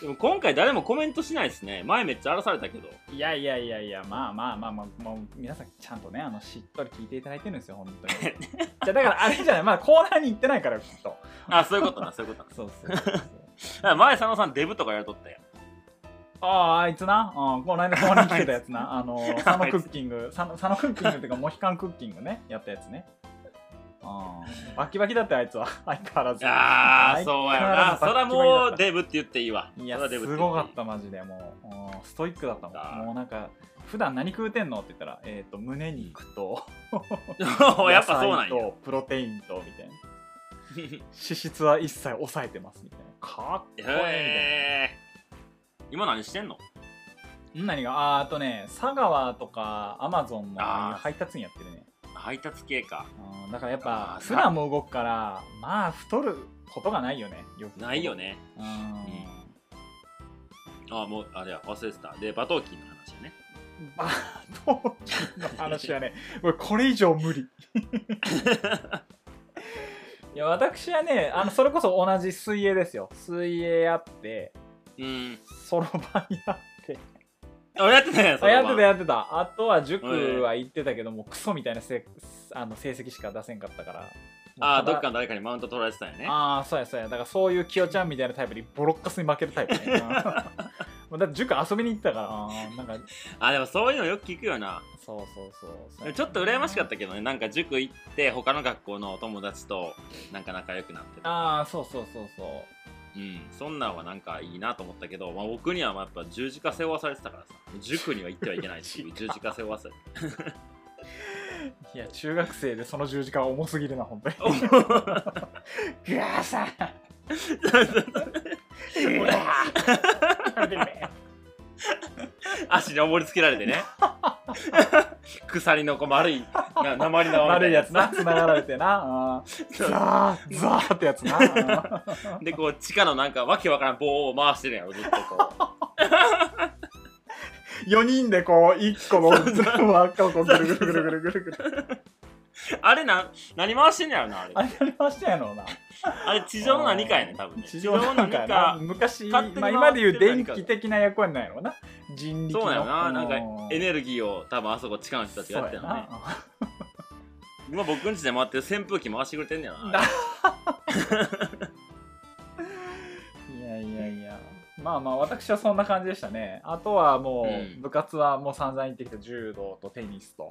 S2: でも今回誰もコメントしないですね前めっちゃ荒らされたけど
S3: いやいやいやいや、まあまあまあまあ、もう皆さんちゃんとね、あの、しっとり聞いていただいてるんですよ、本 <laughs> 当に。じゃあだからあれじゃない、まだコーナーに行ってないから、きっと。
S2: あそういうことなそういうことな
S3: そうそうそうそう。
S2: だから前佐野さんデブとかやるとったやん
S3: ああ、あいつな、うん、この <laughs> 間ここに来てたやつな、あの、 <laughs> 佐野クッキング、佐野佐野クッキングっていうか、モヒカンクッキングね、やったやつね。ああ、バキバキだってあいつは、 <laughs> 相変わらず。
S2: あーそうやろな
S3: 相変わら
S2: そら
S3: ずバッキバキだった
S2: もうデブって言っていいわ
S3: いや
S2: そらデブ
S3: す
S2: て言
S3: ご
S2: て
S3: かったマジでもううんストイックだったも
S2: あ
S3: ん
S2: ー
S3: もうなんか普段何食うてんのって言ったらえっ、と胸肉 <laughs> と
S2: いい <laughs> やっぱそうなん
S3: 野菜
S2: や
S3: とプロテインとみたいな脂質は一切抑えてますみたいなかっこいいみたいな、
S2: <laughs> へー今何してんの
S3: ん何があーあとね佐川とかアマゾンの
S2: あー
S3: 配達員やってるね
S2: 配達系か
S3: うんだからやっぱ
S2: あー
S3: 普段も動くからまあ太ることがないよねよく
S2: ないよね
S3: うん
S2: あもうあれや忘れてたで馬頭琴の話やね
S3: バトンの話はね、もうこれ以上無
S2: <laughs>
S3: 理。いや私はねあのそれこそ同じ水泳ですよ水泳やって
S2: うん
S3: そろばんやって
S2: あやってたやんそ
S3: あ
S2: れ
S3: やっ
S2: は
S3: てたやってたあとは塾は行ってたけどもうクソみたいなせあの成績しか出せんかったから
S2: あーど
S3: ただ
S2: っかの誰かにマウント取られてたんやね
S3: ああそうやそうやだからそういうキヨちゃんみたいなタイプにボロッカスに負けるタイプね
S2: <laughs>
S3: うんもうだって塾遊びに行ってたからあーなんか
S2: あでもそういうのよく聞くよな
S3: そうそうそうそう
S2: ちょっと羨ましかったけどねなんか塾行って他の学校のお友達となんか仲良くなってた
S3: ああそうそうそうそう
S2: うんそんなんはなんかいいなと思ったけど、まあ、僕にはまあやっぱ十字架背負わされてたからさ塾には行ってはいけな
S3: <laughs>
S2: いし十字架背負わされて
S3: いや中学生でその十字架は重すぎるな本当にグワーさんグワー
S2: <laughs> 足に重りつけられてね <laughs> 鎖のこう丸いな鉛の
S3: 悪いやつな繋がられてなうんザーザーってやつなうん
S2: でこう地下のなんかわけわからん棒を回してるやろずっとこ
S3: 四人でこう一個の <laughs> 輪っかをこうぐるぐるぐるぐるぐる
S2: <laughs>
S3: ぐる
S2: うあれな何回してんのやろなあれ
S3: あれやりましたやろうな
S2: あれ地上の何かやね多分ね
S3: 地上なんかやな昔、ま
S2: 勝手に
S3: あ、
S2: 回ってる
S3: 今でいう電気的な役割なんやろうな人力の
S2: そうやななんか
S3: うん
S2: エネルギーを多分あそこ地下の人たちがやってたのね
S3: そうやな
S2: 今僕んちで回ってる扇風機回してくれてんねや
S3: だ
S2: ない
S3: やいやいやまあまあ私はそんな感じでしたねあとはも
S2: う
S3: うん部活はもう散々言ってきた柔道とテニスと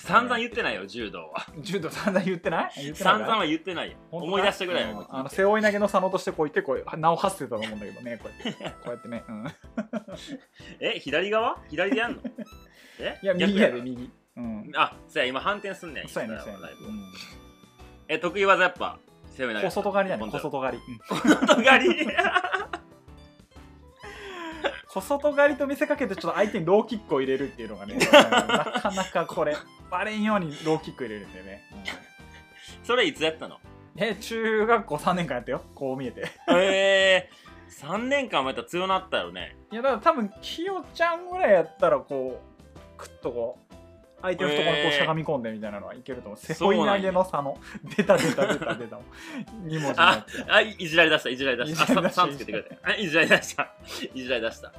S2: 散々言ってないよ柔道は
S3: 柔道散々言ってない言ってない
S2: 散々は言ってないよ
S3: 本当
S2: 思い出したぐらい
S3: うん
S2: よ
S3: あの背負い投げの佐野としてこう言ってこう名を馳せてたと思うんだけどねこう
S2: <laughs>
S3: やってこうやってね、うん、い
S2: え左側左でや
S3: <laughs>
S2: んのえ
S3: や右やで
S2: 逆
S3: 右うん
S2: あそうや今反転すんねん
S3: そうやねそうや
S2: 今
S3: ね
S2: だいぶえ得意技やっぱ背負い
S3: うん小
S2: 投げ
S3: 外刈りやね
S2: 本当
S3: 小
S2: だ
S3: 外刈り、うん
S2: <laughs> 外刈り
S3: 小外刈りと見せかけてちょっと相手にローキックを入れるっていうの
S2: <laughs>
S3: がねなかなかこれバレんようにローキック入れるんだよね、
S2: それいつや
S3: <laughs>
S2: ったの
S3: うんえ中学校3年間やったよこう見えて
S2: えー、3年間もやったら強なったよね
S3: いやだから多分きよちゃんぐらいやったらこうクッとこう相手の懐にこう
S2: えー
S3: しゃがみ込んでみたいなのはいけると思う、背
S2: そう
S3: 負い
S2: なんや
S3: 投げ
S2: <laughs>
S3: の差の出た出た出た出た2文字のや
S2: あ
S3: つ
S2: あいいじられ出したいじられ出した
S3: いじられ出した
S2: あさんつけてくれてあいじられ出した <laughs> いじられ出した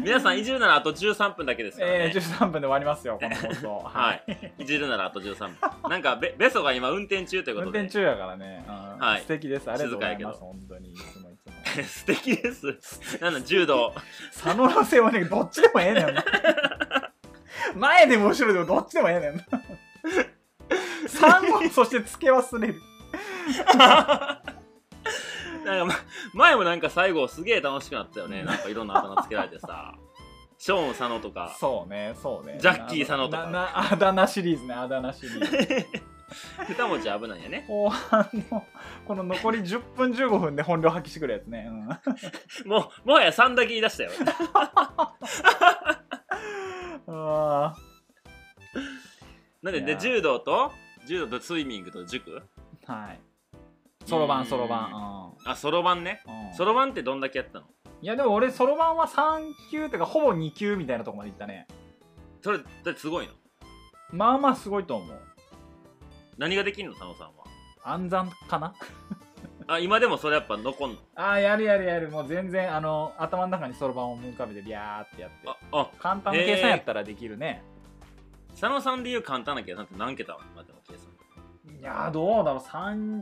S2: 皆さんいじるならあと13分だ <laughs> けですから
S3: え
S2: ね、
S3: ー、13分で終わりますよこの放送
S2: はいいじるならあと13分なんかベベソが今運転中というこ
S3: 運
S2: とで
S3: 転中やからね、うん
S2: はい
S3: 素敵ですありがとうござい
S2: 静かや
S3: ま
S2: け
S3: す本当にいつもいつも
S2: <laughs> 素敵ですなんだ柔道
S3: 佐野の背負い投げどっちでもええねんな前でも後ろでもどっちでもええねんな3本そして付け忘れる
S2: なんか、ま、前もなんか最後すげえ楽しくなったよねなんかいろんな頭つけられてさショーン佐野とか
S3: そうねそうね
S2: ジャッキー佐野とか <laughs>
S3: ななあだ名シリーズねあだ名シリーズ
S2: 二文字危ないんやね。
S3: 後半のこの残り10分15分で本領発揮してくるやつね、うん、
S2: もう、もはや3だけ言い出したよ。
S3: あ
S2: なんで、
S3: い
S2: で
S3: やー
S2: 柔道と、柔道とスイミングと塾
S3: ーはいそろばんそろばん
S2: あ、そろばんね。
S3: うんうん
S2: そろばんってどんだけやったの
S3: いやでも俺そろばんは3級とかほぼ2級みたいなとこまでいったね
S2: それ、だってすごいの。
S3: まあまあすごいと思う
S2: 何ができんの、佐野さんは。
S3: 暗算かな
S2: あ、今でもそれやっぱ残んの。
S3: ああやるやるやるもう全然あの頭の中にそろばんを思い浮かべてビャーってやって
S2: あ、あ、
S3: 簡単な計算やったらできるね、
S2: 佐野さんで言う簡単な計算って何桁までの計算
S3: いやーどうだろう34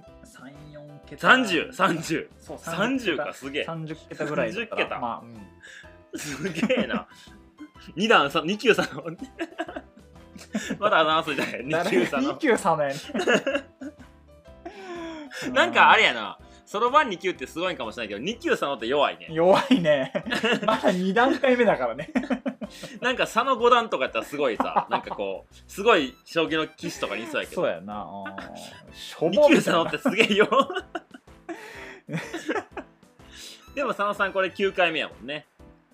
S3: 桁
S2: ?30、30。
S3: そう
S2: 30か、すげえ。
S3: 30桁ぐらいだったら
S2: 30桁
S3: まあ、うん
S2: すげえな。二段さ、二級さん <laughs> の。まだアナウンスじゃない。二級さんの。
S3: 級差のやね
S2: <laughs> なんかあれやな。そろばん二級ってすごいんかもしれないけど、二級さんのって弱いね。
S3: 弱いねまだ2段階目だからね
S2: なんか佐野五段とかやったらすごいさ、なんかこう、すごい将棋の棋士とかにいそうやけ
S3: そう
S2: ど。
S3: やなあーしょ
S2: 二
S3: ぼ
S2: 級
S3: み
S2: さ
S3: た
S2: ん
S3: い
S2: の
S3: な
S2: ってすげえ <laughs> よ。でも佐野さんこれ9回目やもんね。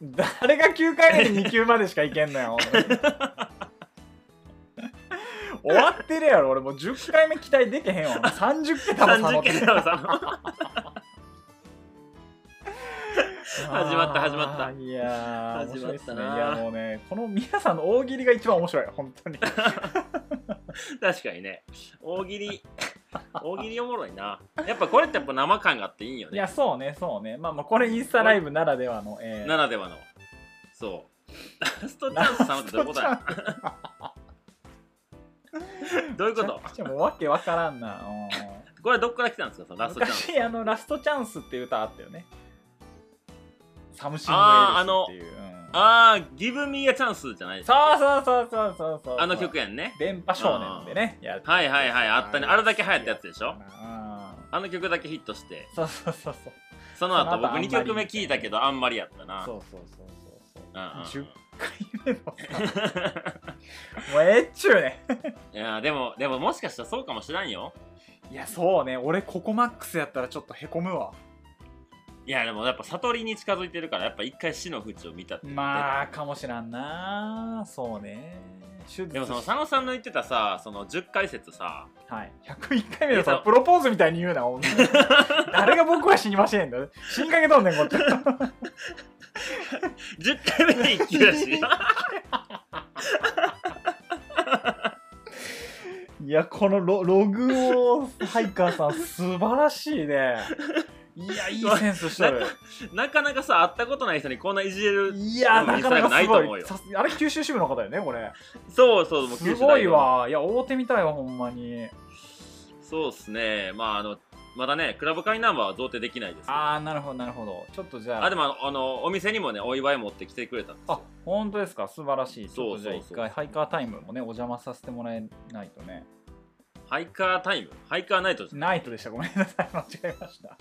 S3: 誰が9回目で2級までしかいけんのよ終わってるやろ俺もう10回目期待できへんわ30桁も差の
S2: 30桁の佐野。始まった始まった
S3: あーいやー面
S2: 始
S3: 白
S2: ま
S3: い
S2: っ
S3: ったす
S2: な
S3: ねいやもうねこの皆さんの大喜利が一番面白い本当に
S2: 確かにね。大喜利。大喜利おもろいな。やっぱこれってやっぱ生感があっていいよ
S3: い
S2: ね。
S3: やそうねそうねまあまあこれインスタライブならではの、えー
S2: ならではの。そう。ラストチャンスさんってどういうことやどういうこ
S3: めちゃ
S2: と
S3: くちゃもうわけわからんなうん
S2: これはどっから来たんですかそのラストチャンス。
S3: 昔あのラストチャンスっていう歌あったよねサムシング
S2: あーあの
S3: エルスっていううん
S2: あー、Give Me a Chance じゃないです
S3: そう
S2: か。
S3: そうそうそうそうそう
S2: あの曲やんね。
S3: 電波少年でねやって
S2: はいはいはい、あったね。あれだけ流行ったやつでし
S3: う
S2: ょ
S3: ん
S2: あの曲だけヒットして。
S3: そうそうそうそう
S2: その
S3: そ
S2: 後
S3: の後
S2: 僕
S3: あんまり
S2: 2曲目聴いたけどあんまりやったな。
S3: そうそうそう
S2: <laughs>
S3: そうそう
S2: うんうんうん
S3: 10回目のさもうええっちゅうね
S2: いやーでも、でももしかしたらそうかもしらんよ。
S3: いやそうね俺ここマックスやったらちょっとへこむわ
S2: いやでもやっぱ悟りに近づいてるからやっぱ一回死の淵を見たって言って
S3: まあかもしらんなそうね手術
S2: でもその佐野さんの言ってたさその10回説さ
S3: はい、101回目の
S2: いや
S3: さ
S2: そ
S3: プロポーズみたいに言うな
S2: <laughs>
S3: ほんとに誰が僕は死にませんだ死にかけとんねんこっち
S2: 10回目で1級だ
S3: <laughs>
S2: し
S3: いやこのロログをハイカーさん素晴らしい
S2: <laughs>
S3: ねいやいいセンスしてる
S2: なかなかさ会ったことない人にこんないじれる
S3: いや
S2: うん
S3: なかなかす
S2: 見づらくないと
S3: ご
S2: 思う
S3: い
S2: よ
S3: さすあれ九州支部の方だよねこれ
S2: そうそうもう
S3: す
S2: 九州
S3: ご
S2: 大
S3: い
S2: 学
S3: わいや会うてみたいわほんまに
S2: そうっすねまああのまだねクラブ会ナンバーは贈呈できないですけどあ
S3: ああなるほどなるほどちょっとじゃあ
S2: でもあのあのお店にもねお祝い持ってきてくれたんです
S3: あ本当ですか素晴らしいち
S2: そ
S3: ょ
S2: う
S3: っ
S2: そ
S3: と
S2: う
S3: じ
S2: そう
S3: ゃあ一回ハイカータイムもねお邪魔させてもらえないとね
S2: ハイカータイムハイカーナイトじゃん
S3: ナイトでしたごめんなさい間 <laughs> 違えました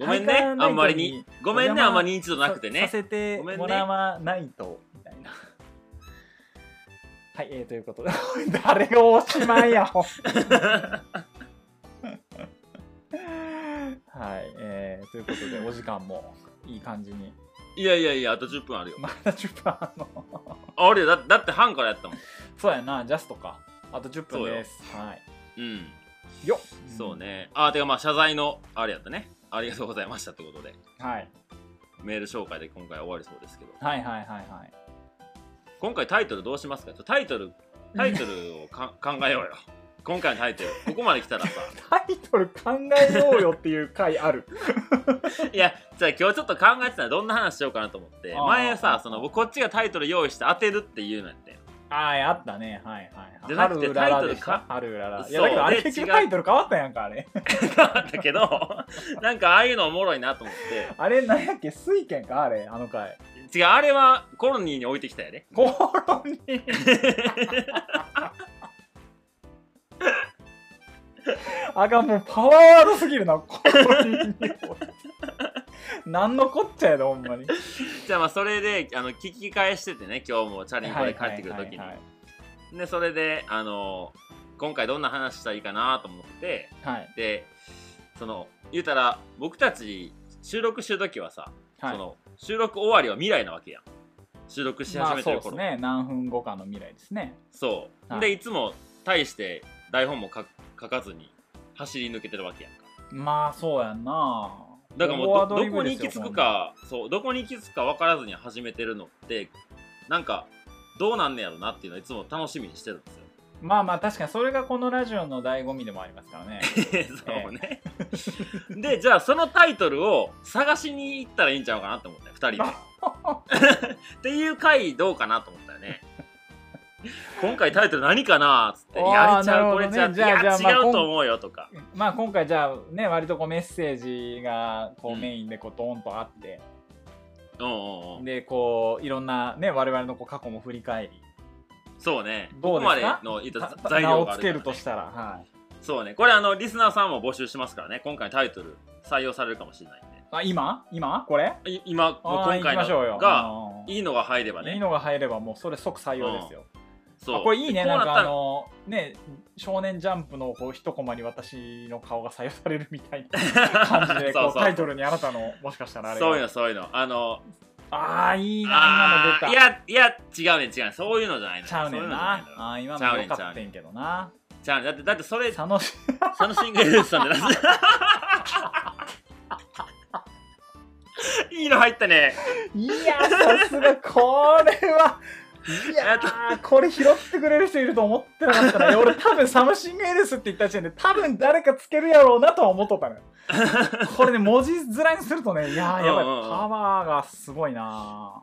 S2: ごめんね
S3: ハイカーナイトに
S2: あんまりにごめんね
S3: お邪魔
S2: あんまり認知度なくて
S3: さ
S2: ね
S3: させて
S2: ごめんね
S3: もらわないとみたいなはいえー、ということで <laughs> 誰がおしまいやほん <laughs> はいえー、ということでお時間もいい感じに
S2: いやいやいやあと10分あるよ
S3: まだ10分あんの
S2: ああれだだって半からやったもん
S3: そうやなジャストかあと10
S2: そう
S3: 分
S2: よ
S3: ですはい
S2: うん
S3: よっ
S2: そうねあてかまあ謝罪のあれやったねありがとうございましたってことで
S3: はい、
S2: メール紹介で今回は終わりそうですけど
S3: はいはいはい
S2: <laughs>
S3: はい
S2: 今回タイトルどうしますかちょタイトルタイトル
S3: <laughs>
S2: をか考えようよ今回のタイトルここまで来たらさ
S3: タイトル考えようよっていう回ある
S2: いやじゃあ今日ちょっと考えてたらどんな話しようかなと思って
S3: あー
S2: 前
S3: あ
S2: さ
S3: ー
S2: その僕こっちがタイトル用意して当てるっていうのやって
S3: あああったねはいはいはい
S2: じゃなくて
S3: 春うららでし
S2: タイトル
S3: た
S2: か
S3: 春うららい
S2: そ
S3: や
S2: う
S3: だけどあ
S2: で
S3: れ結
S2: 違う
S3: 局タイトル変わったやんかあれ <laughs>
S2: だけどなんかああいうのおもろいなと思っ
S3: あれなんやっけ水拳かあれあの
S2: <laughs>
S3: 回
S2: て違うあれはコロニーに置いてきたやで
S3: コロニ
S2: <laughs>
S3: ーあかんもうパワーワードすぎるなコロニーに何のこっちゃやでほんまに
S2: じゃあまあそれであの聞き返しててね今日もチャリンコで帰ってくる時に、
S3: はいはいはいはい
S2: でそれであのー今回どんな話したらいいかなと思って
S3: はい。
S2: でその言うたら僕たち収録してる時はさ、
S3: はい
S2: その収録終わりは未来なわけやん収録し
S3: ま
S2: 始
S3: あ
S2: めて
S3: そう
S2: る
S3: です
S2: 頃、
S3: ね。何分後かの未来ですね。
S2: そう、
S3: はい
S2: でいつも大して台本も書書かずに走り抜けてるわけやんか
S3: まあそうやんな。
S2: だからもう
S3: フォワー
S2: ど
S3: ドリ
S2: ど
S3: ブ
S2: こ
S3: ル
S2: に
S3: です
S2: 行き
S3: よ
S2: 着く。かそうどこに行き着くか分からずに始めてるのってなんかどうなんねやろなっていうのはいつも楽しみにしてるんですよ
S3: ほんままあまあ確かにそれがこのラジオの醍醐味でもありますから
S2: <laughs>
S3: ね。
S2: そうねでじゃあそのタイトルを探しに行ったらいいんちゃうかなと思って2人で <laughs> っていう回どうかなと思ったよね今回タイトル何かなっつって「い
S3: あー
S2: やあれち
S3: な
S2: ゃう、
S3: るほ
S2: こ
S3: ど
S2: れ
S3: ね
S2: ちゃう」い
S3: じゃあ
S2: や
S3: じゃあまあ
S2: 違うと思うよ」とか
S3: まあ今回じゃあね割とこうメッセージがこ
S2: う
S3: うんメインでこうドーンとあって、
S2: うんうんうん
S3: でこういろんなね我々のこう過去も振り返り
S2: そうね
S3: どう
S2: ここ
S3: です
S2: まで
S3: か
S2: の言った
S3: た
S2: ら材
S3: 名
S2: 料
S3: を
S2: があ
S3: つ
S2: る
S3: ける
S2: か
S3: と
S2: らね
S3: したら、はい、
S2: そうねこれあのリスナーさんも募集しますからね今回タイトル採用されるかもしれないん
S3: あ今今これ
S2: でい今も
S3: あ
S2: う
S3: ー
S2: 今回
S3: 行きましょうよ
S2: のが
S3: うん
S2: いいのが入ればね
S3: いいのが入ればもうそれ即採用ですよ、
S2: そ
S3: あ
S2: う
S3: これいいね
S2: でこ
S3: な
S2: う
S3: ん
S2: った
S3: かあ
S2: ら
S3: のね「少年ジャンプ」のこう一コマに私の顔が採用されるみたいな
S2: <laughs>
S3: 感じでこう
S2: そうそう
S3: タイトルにあなたのもしかしたらあれが
S2: そういうのそういうのあの
S3: ああいいな
S2: あ
S3: 今の
S2: ー
S3: 出
S2: い
S3: た
S2: やいや違うね違うねそういうのじゃないの
S3: ちゃうね
S2: そい
S3: ん
S2: のじゃない
S3: な
S2: の
S3: あー今
S2: ちゃ
S3: の
S2: うね
S3: 良
S2: ん
S3: かったんけどな
S2: じゃあねだってだってそれ
S3: 佐野市
S2: 佐野シングルさんじゃなくて <laughs> いいの入ったね
S3: いやさすがこれはいやーこれ拾ってくれる人いると思ってなかったな俺多分サムシングエルスって言った時点で多分誰かつけるやろうなとは思っとったのよこれね文字面にするとねいやーやばい
S2: うんうんうん
S3: パワーがすごいな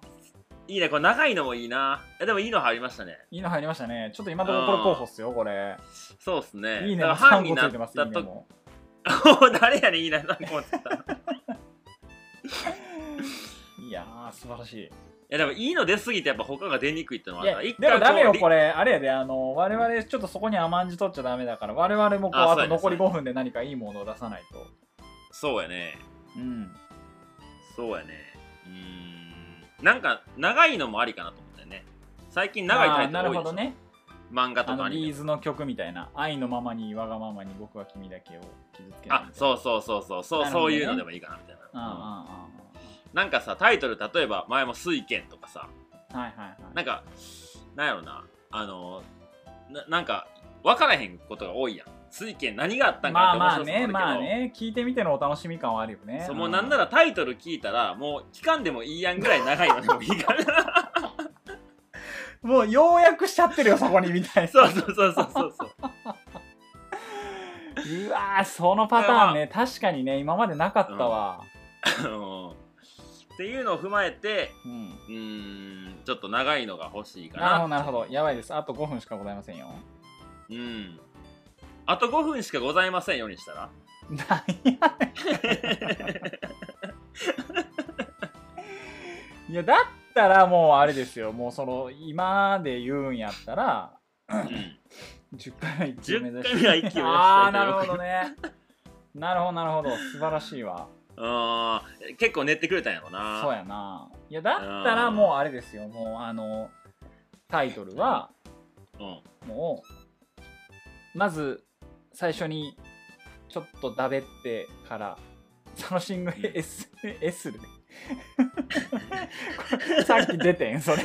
S3: い
S2: いねこれ長いのもいいなえでもいいの入りましたね
S3: いいの入りましたねちょっと今のところこれ候補っすよこれ
S2: そうっすね
S3: いいね
S2: だ
S3: も
S2: からファ
S3: 3
S2: ン
S3: 個
S2: に
S3: つ
S2: ないってた
S3: ますいいね
S2: と
S3: も
S2: <laughs> 誰やねんいいななんか思ってた
S3: いやー素晴らしい
S2: いやでもいいの出すぎてやっぱ他が出にくいってのはいある
S3: や
S2: から
S3: で
S2: 一回
S3: もダメよこ
S2: れ
S3: れあれやであの我々ちょっとそこに甘んじ取っちゃダメだから我々もこう
S2: あ
S3: あ
S2: そうや
S3: と
S2: ね
S3: 残り5分で何かいいものを出さないと
S2: そうやね
S3: うん
S2: そうやねうーんなんか長いのもありかなと思ったよね最近長いタイ
S3: あーな
S2: ト
S3: る
S2: ル多い
S3: ほ
S2: でし
S3: ど
S2: ょ、
S3: ね
S2: 漫画
S3: あ
S2: とか
S3: の
S2: アニ
S3: リ
S2: メ
S3: ーズの曲みたいな「愛のままにわがままに僕は君だけを傷つけない
S2: あ」そうそうそうそうそう、
S3: なるほど
S2: そう
S3: ね
S2: いうのでもいいかなみたい
S3: うんうんうんうん
S2: な、うんなんかさタイトル例えば前も「水拳」とかさ
S3: はいはいはい
S2: なんかなんやろなあのななんか分からへんことが多いやん水拳何があったんか
S3: ま
S2: なっ
S3: あまあ
S2: て面白
S3: ね
S2: そうな
S3: まあ
S2: るけど
S3: ね聞いてみてのお楽しみ感はあるよね
S2: そうもうなんならタイトル聞いたらもう期間でもいいやんぐらい長いのでもいいから
S3: もうようやくしちゃってるよそこにみたいな
S2: <laughs> そうそうそうそうそうそう。
S3: うわーそのパターンね確かにね今までなかったわ
S2: <laughs> あのっていうのを踏まえて、
S3: うん
S2: うーん、ちょっと長いのが欲しいか
S3: なるほ
S2: な。
S3: どなるほどやばいですあと5分しかございませんよ
S2: うん。あと5分しかございませんようにしたら
S3: なんやねん <laughs> いやだったらもうあれですよもうその今で言うんやったら
S2: うん。
S3: 10回は1級目
S2: 10
S3: 指して
S2: 回目は一気を目指したいと
S3: ああなるほどねなるほどなるほど素晴らしいわ
S2: あー結構寝てくれたんやろな。
S3: そうやないやだったらもうあれですよもうあのタイトルは
S2: うん。
S3: もうまず最初にちょっとだべってからサノシング S, S で <laughs> さっき出てんそれ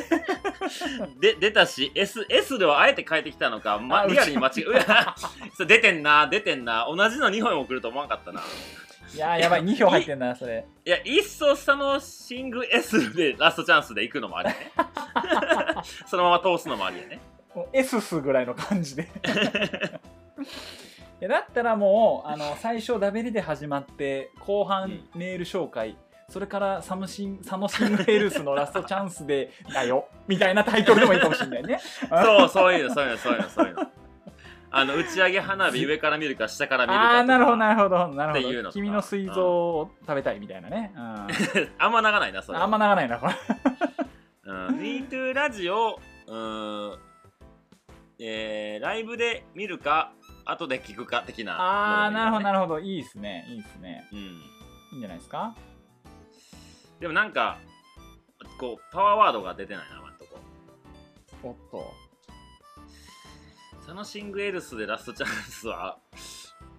S2: で、出たし、S、S ではあえて変えてきたのか、ま、
S3: あ
S2: リアルに間違え、う <laughs> わそう出てんな、出てんな、同じの2本送ると思わんかったな。
S3: いやーやばい2票入ってんだなそれ
S2: いや、いっそそのシング S でラストチャンスで行くのもありや
S3: <laughs>
S2: ね。そのまま通すのもありやね。
S3: もう S すぐらいの感じ <laughs> でいやだったらもうあの最初ダベリで始まって後半メール紹介、それからサムシンサノシングヘルスのラストチャンスでだよみたいなタイトルでもいいかもしれない <laughs> ね
S2: そう、そういうの、そういうの、そういうの、そういうの。あの、打ち上げ花火上から見るか下から見るかとか。
S3: ああーなるほど
S2: る
S3: なるほどな
S2: っていう
S3: るほ
S2: の
S3: ど
S2: とか
S3: 君の膵臓を食べたいみたいなね、うん
S2: ほど。あんま長ない <laughs> な、それ。
S3: あんまならないなこれ
S2: うん。V2 ラジオ、うーん、えー、ライブで見るか、後で聞くか的な。
S3: ああなるほどな
S2: る
S3: るほどいいですねいいですね
S2: ほど。うん。
S3: いいんじゃないですか
S2: でもなんか、こう、パワーワードが出てないな、今んとこ。
S3: おっと
S2: サノシングエルスでラストチャンスは、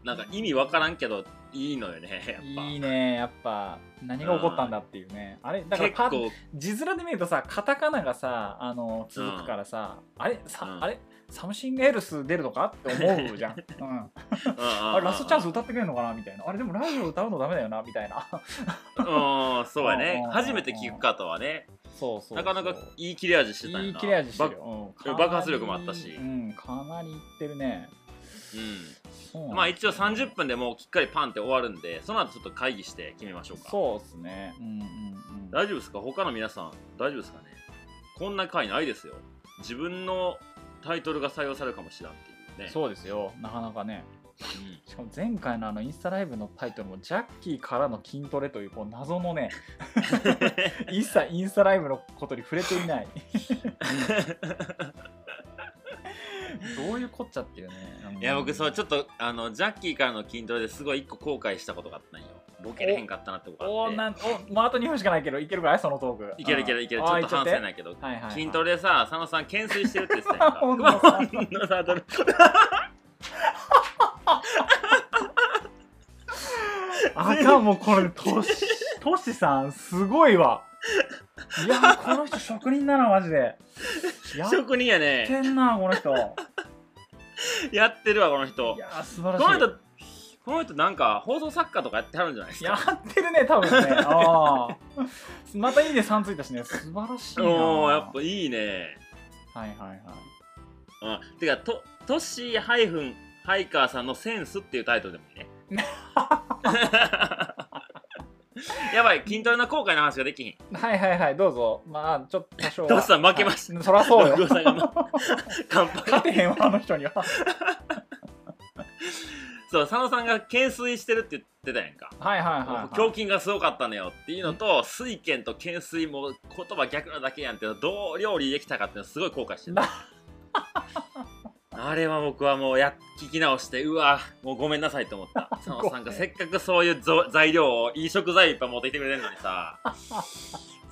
S2: なんか意味わからんけど、いいのよね、やっぱ。
S3: いいねやっぱ何が起こったんだっていうねあれだからパッ
S2: 結構、
S3: 字面で見るとさカタカナがさあの続くからさ、あれさ、
S2: うん
S3: あれサムシングエルス出るのかって思
S2: <laughs>
S3: うじゃん、うん、あ
S2: あ
S3: れラストチャンス歌ってくれるのかなみたいなあれでもラジオ歌うのダメだよなみたいな <laughs>
S2: うん、そうや
S3: うんうん
S2: ね
S3: う。ん
S2: 初めて聞く方はね、
S3: そうそうそう
S2: なかなかいい切れ味してたんやない
S3: い切れ味してるよ、うん、かなり
S2: 爆発力もあったし
S3: うんかなりいってるねそうなん
S2: うん。
S3: だ
S2: まあ一応30分でもうきっかりパンって終わるんで、その後ちょっと会議して決めましょうか。
S3: そうですねうんうんうん
S2: 大丈夫ですか他の皆さん、大丈夫ですかねこんな回ないですよ。自分のタイトルが採用されるかもしれんっていうね。
S3: そうですよなかなかね
S2: うん
S3: しかも前回のあのインスタライブのタイトルも「ジャッキーからの筋トレ」というこう謎の
S2: <laughs>
S3: ね <laughs> 一切インスタライブのことに触れてい
S2: <laughs>
S3: ないどういうこっちゃっていうね
S2: いや僕そうち
S3: ょっ
S2: ょっとあのジャッキーからの筋トレですごい一個後悔したことがあったんよボケれへんかったなってこと
S3: お
S2: があ
S3: お
S2: って
S3: なんおもうあと2分しかないけどいけるかいそのトーク
S2: いけるいけるいける
S3: あ
S2: ち
S3: ー
S2: ょっと反省
S3: いっちゃって
S2: ないけど
S3: はいはいはい
S2: 筋トレでさ佐野さん懸垂してるって言ってた
S3: <laughs> 本
S2: や
S3: 当
S2: んか
S3: だ
S2: 熊本のサドル
S3: あかんもうこれトシトシさんすごいわいやーこの人職人だなマジでやっ
S2: <laughs> 職人やね
S3: てんなこの人い
S2: やってるわこの人
S3: やー素晴らし
S2: こ
S3: い
S2: の人この人なんか放送作家とかやってはるんじゃないです
S3: や
S2: か
S3: ってるね、多分ね。ああ。またいいね、3ついたしね。素晴らしいな。
S2: おーやっぱいいね
S3: はいはいはい。
S2: うんてかとトッシーハイフンハイカーさんのセンスっていうタイトルでもいいね
S3: <laughs>
S2: <laughs> やばい筋トレの後悔の話ができひん
S3: はいはいはい、どうぞ。まあ、ちょっと多少は。
S2: ドスさん負けました
S3: はいそらそう
S2: 六
S3: よ
S2: 五。さんがま乾
S3: 勝て
S2: 杯
S3: へんわ、あの人には。
S2: そう佐野さんが懸垂してるって言ってたやんか
S3: はいはいはい、は
S2: 胸
S3: い。
S2: 筋がすごかったのよっていうのと水拳と懸垂も言葉逆なだけやんっていうのどう料理できたかっていうのすごい後悔してた <laughs> あれは僕はもうや聞き直してうわもうごめんなさいと思った
S3: <laughs>
S2: 佐野さんがせっかくそういうぞ材料をいい食材いっぱい持ってきてくれるのに
S3: <laughs>
S2: さ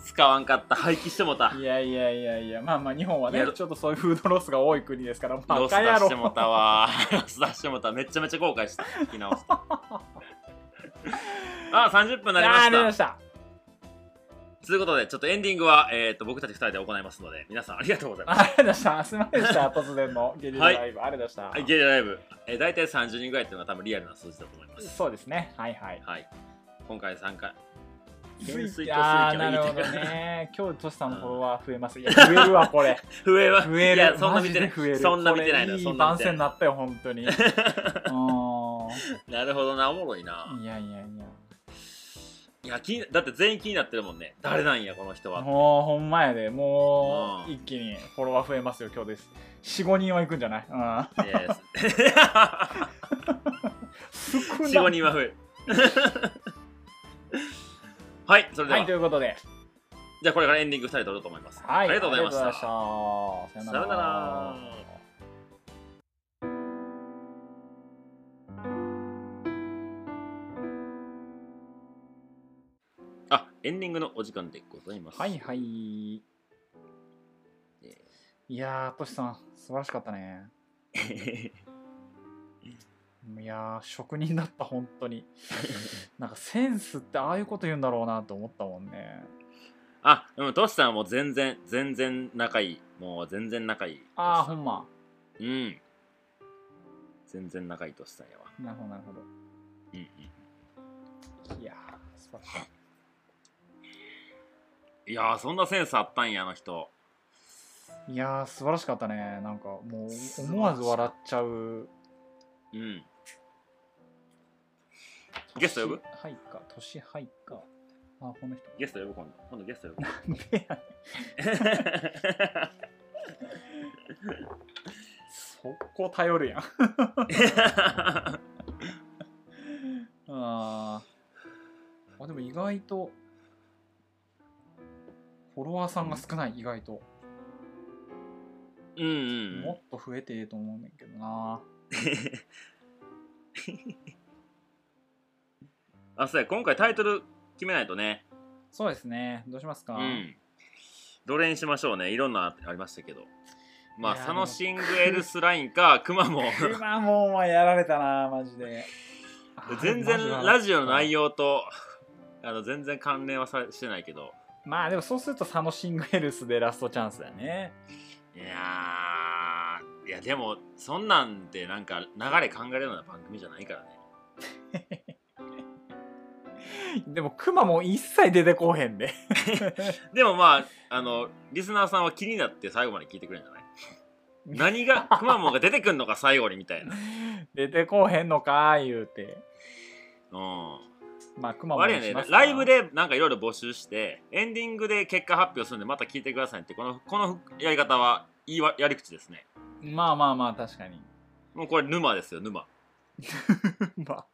S2: 使わんかった廃棄してもうた
S3: いやいやいやいや、まあまあ、日本はね
S2: や、る
S3: ちょっとそういうフードロスが多い国ですから、
S2: ロ
S3: バ
S2: ス
S3: カ
S2: 出
S3: 野
S2: しても
S3: 郎。
S2: たわ。 <laughs> ロス出してもた。めっちゃめちゃ後悔した。聞き直した。 <laughs> あ、30分になりま
S3: あーなりま
S2: した。
S3: した。
S2: ということで、ちょっとエンディングは、えー、と僕たち2人で行いますので、皆さんありがとうございます。
S3: ありがとうございました。 <laughs> すみませんで
S2: <laughs>
S3: した。突然のゲリラライブ、ありがとうございま
S2: はい
S3: し
S2: ゲリラライブ、えー、大体30人ぐらいっていうのは多分リアルな数字だと思いま
S3: た。
S2: す。
S3: そうですね。はいはい。
S2: はい。今回参加。懸垂と水拳
S3: あー
S2: は
S3: ない
S2: い
S3: る
S2: と
S3: ほ
S2: こ
S3: どね。今日、トシさんのフォロワー増えます。いや、増えるわ、
S2: <laughs>
S3: これ。
S2: 増えは
S3: 増える。
S2: いや、そんな
S3: マ
S2: 見
S3: ジ
S2: てな
S3: で
S2: い
S3: 増え。る。
S2: そんな見てないの
S3: こ
S2: よ
S3: れい
S2: そ
S3: い
S2: んな
S3: 番
S2: 見て
S3: 宣に
S2: な
S3: なったよ、本当
S2: <laughs>
S3: に。うー
S2: い。なるほどな、おもろいな。
S3: ん。いやいやいや。
S2: いや、気にだって全員気になってるもんね。誰なんや、この人は。
S3: もう、ほんまやで。もう、
S2: うん
S3: 一気にフォロワー増えますよ、今日です。4、5人は行くんじゃないうん。<laughs>
S2: えー
S3: 少
S2: 四
S3: な
S2: 五
S3: い。
S2: 人は増える <laughs> はいそれでは、
S3: はい、ということで。
S2: じゃあこれからエンディング2人で撮ろうと思います、
S3: はい。
S2: ありがとうございました
S3: ありがとうございましたさよな
S2: さよ
S3: ら
S2: な。らあエンディングのお時間でございます
S3: はいはい。いやー、トシさん、素晴らしかったね。いやー職人だった本当
S2: <laughs>
S3: になんかセンスってああいうこと言うんだろうなと思ったもんね
S2: <laughs> あでもトシさんはもう全然全然仲いいもう全然仲いい
S3: ああほんま
S2: うん全然仲いいトシさんやわ
S3: なるほどなるほ
S2: うんうん
S3: どいやー素晴らしい
S2: いやーそんなセンスあったんやあの人
S3: いやー素晴らしかったねなんかもう思わず笑っちゃう
S2: うんゲスト呼ぶ
S3: 年はいか年はいかあこの人
S2: ゲスト呼ぶ今度今度ゲスト呼ぶ
S3: <laughs> そこ頼るやんあーあでも意外とフォロワーさんが少ない意外と
S2: <laughs> うんう
S3: も
S2: ん
S3: っと増えてええと思うねんだけどな
S2: <laughs> あそうや今回タイトル決めないとね
S3: そうですねどうしますか、
S2: うんどれにしましょうねいろんなありましたけどまあ
S3: いや
S2: 佐野シングエルスラインかくまモン
S3: くまモンはやられたなマジで
S2: <laughs> 全然ラジオの内容とあの全然関連はさしてないけど
S3: まあでもそうすると佐野シングエルスでラストチャンスだね
S2: いやーいやでもそんなんでなんか流れ考えるような番組じゃないからね
S3: でもクマも一切出てこうへんで <laughs>
S2: でもまああのリスナーさんは気になって最後まで聞いてくれるんじゃない何がくまモンが出てくんのか最後にみたいな
S3: 出てこうへんのか言うて
S2: うん
S3: まあクマも
S2: あれやねライブでなんかいろいろ募集してエンディングで結果発表するんでまた聞いてくださいってこのこのやり方はいいわやり口ですね
S3: まあまあまあ確か
S2: <laughs>
S3: に
S2: もうこれ沼ですよ沼 <laughs>
S3: ま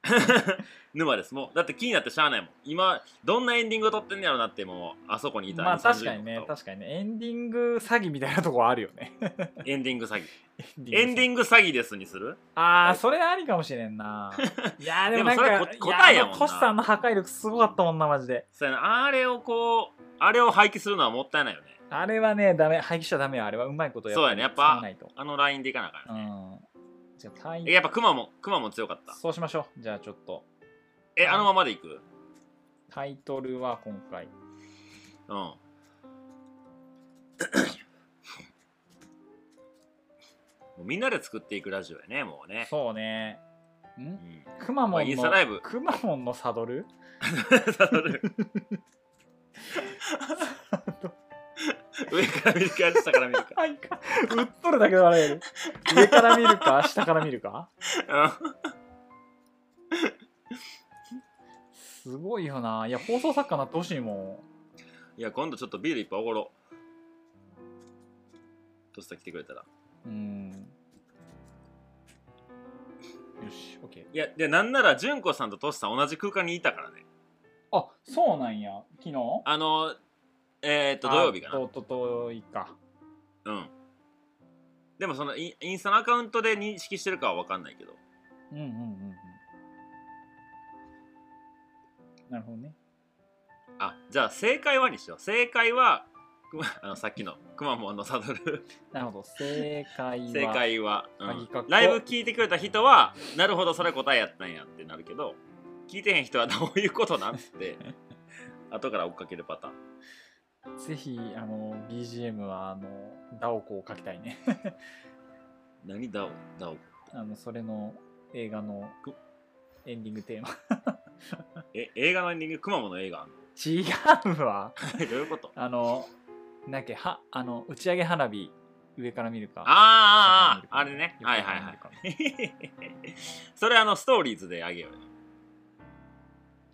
S2: 沼ですもうだって気になってしゃあないもん今どんなエンディングを撮ってんねやろなってもうあそこにい
S3: あ
S2: た
S3: まあ
S2: 20
S3: 確かにね
S2: 人の
S3: 確かにねエンディング詐欺みたいなとこあるよ
S2: <laughs>
S3: ね
S2: エンディング詐欺エ
S3: エ
S2: ン
S3: グ
S2: ディング詐欺ですにする
S3: ああそれありかもしれん
S2: <laughs>
S3: ないやーでもなんか
S2: でもそれこ答えやもんな
S3: やトシさんの破壊力すごかったもんなマジで
S2: そうやなあれをこうあれを廃棄するのはもったいないよね
S3: あれはねダメ廃棄しちゃダメよあれはうまいこと
S2: そうやねやっぱ
S3: 使わないと
S2: あのラインでいかなあか
S3: うんんじ
S2: ね、
S3: ゃあ隊員
S2: えやっぱクマもクマも強かった
S3: そうしましょうじゃあちょっと
S2: えあのままでいく
S3: タイトルは今回 <coughs>
S2: うん。もうみんなで作っていくラジオやね、もうね。
S3: そうね
S2: うんん
S3: くまモン
S2: インス
S3: の
S2: タライブ
S3: くまモンのサドル
S2: サドル上から見るか下から見る
S3: はいかうっとるだけで笑える上から見るか下から見るか
S2: か。うん
S3: すごいよないや放送作家になってほしいも
S2: いや、今度ちょっとビール一杯おごろう。トスタ来てくれたら。
S3: んうんよし OK
S2: いや、で、なんなら、純子さんとトスさん同じ空間にいたからね。
S3: あそうなんや昨日
S2: あの、えー、っと、土曜日か
S3: あ
S2: な。
S3: ととといか
S2: うん。でも、そのイン、インスタのアカウントで認識してるかは分かんないけど。
S3: うんうんうんうんなるほどね
S2: あじゃあ正解はにしよう正解はくまあのさっきのくまモンのサドル
S3: なるほど正解は
S2: 正解は、うん
S3: 鍵かっこ
S2: ライブ聞いてくれた人はなるほどそれ答えやったんやってなるけど聞いてへん人はどういうことなんつって後から追っかけるパターン
S3: ぜひあの BGM はあのダオコを書きたいね <laughs>
S2: 何だおだお
S3: あのそれの映画の
S2: く
S3: エンディングテーマ
S2: え映画のエンディングくまモンの映画あんの
S3: 違うわ
S2: <laughs> どういうこと
S3: あのなんだっけはあの打ち上げ花火上から見るか
S2: あーあーあ
S3: 下から
S2: ーあれ
S3: 見る
S2: ね
S3: か
S2: はいはいはい <laughs> それあのストーリーズであげようよ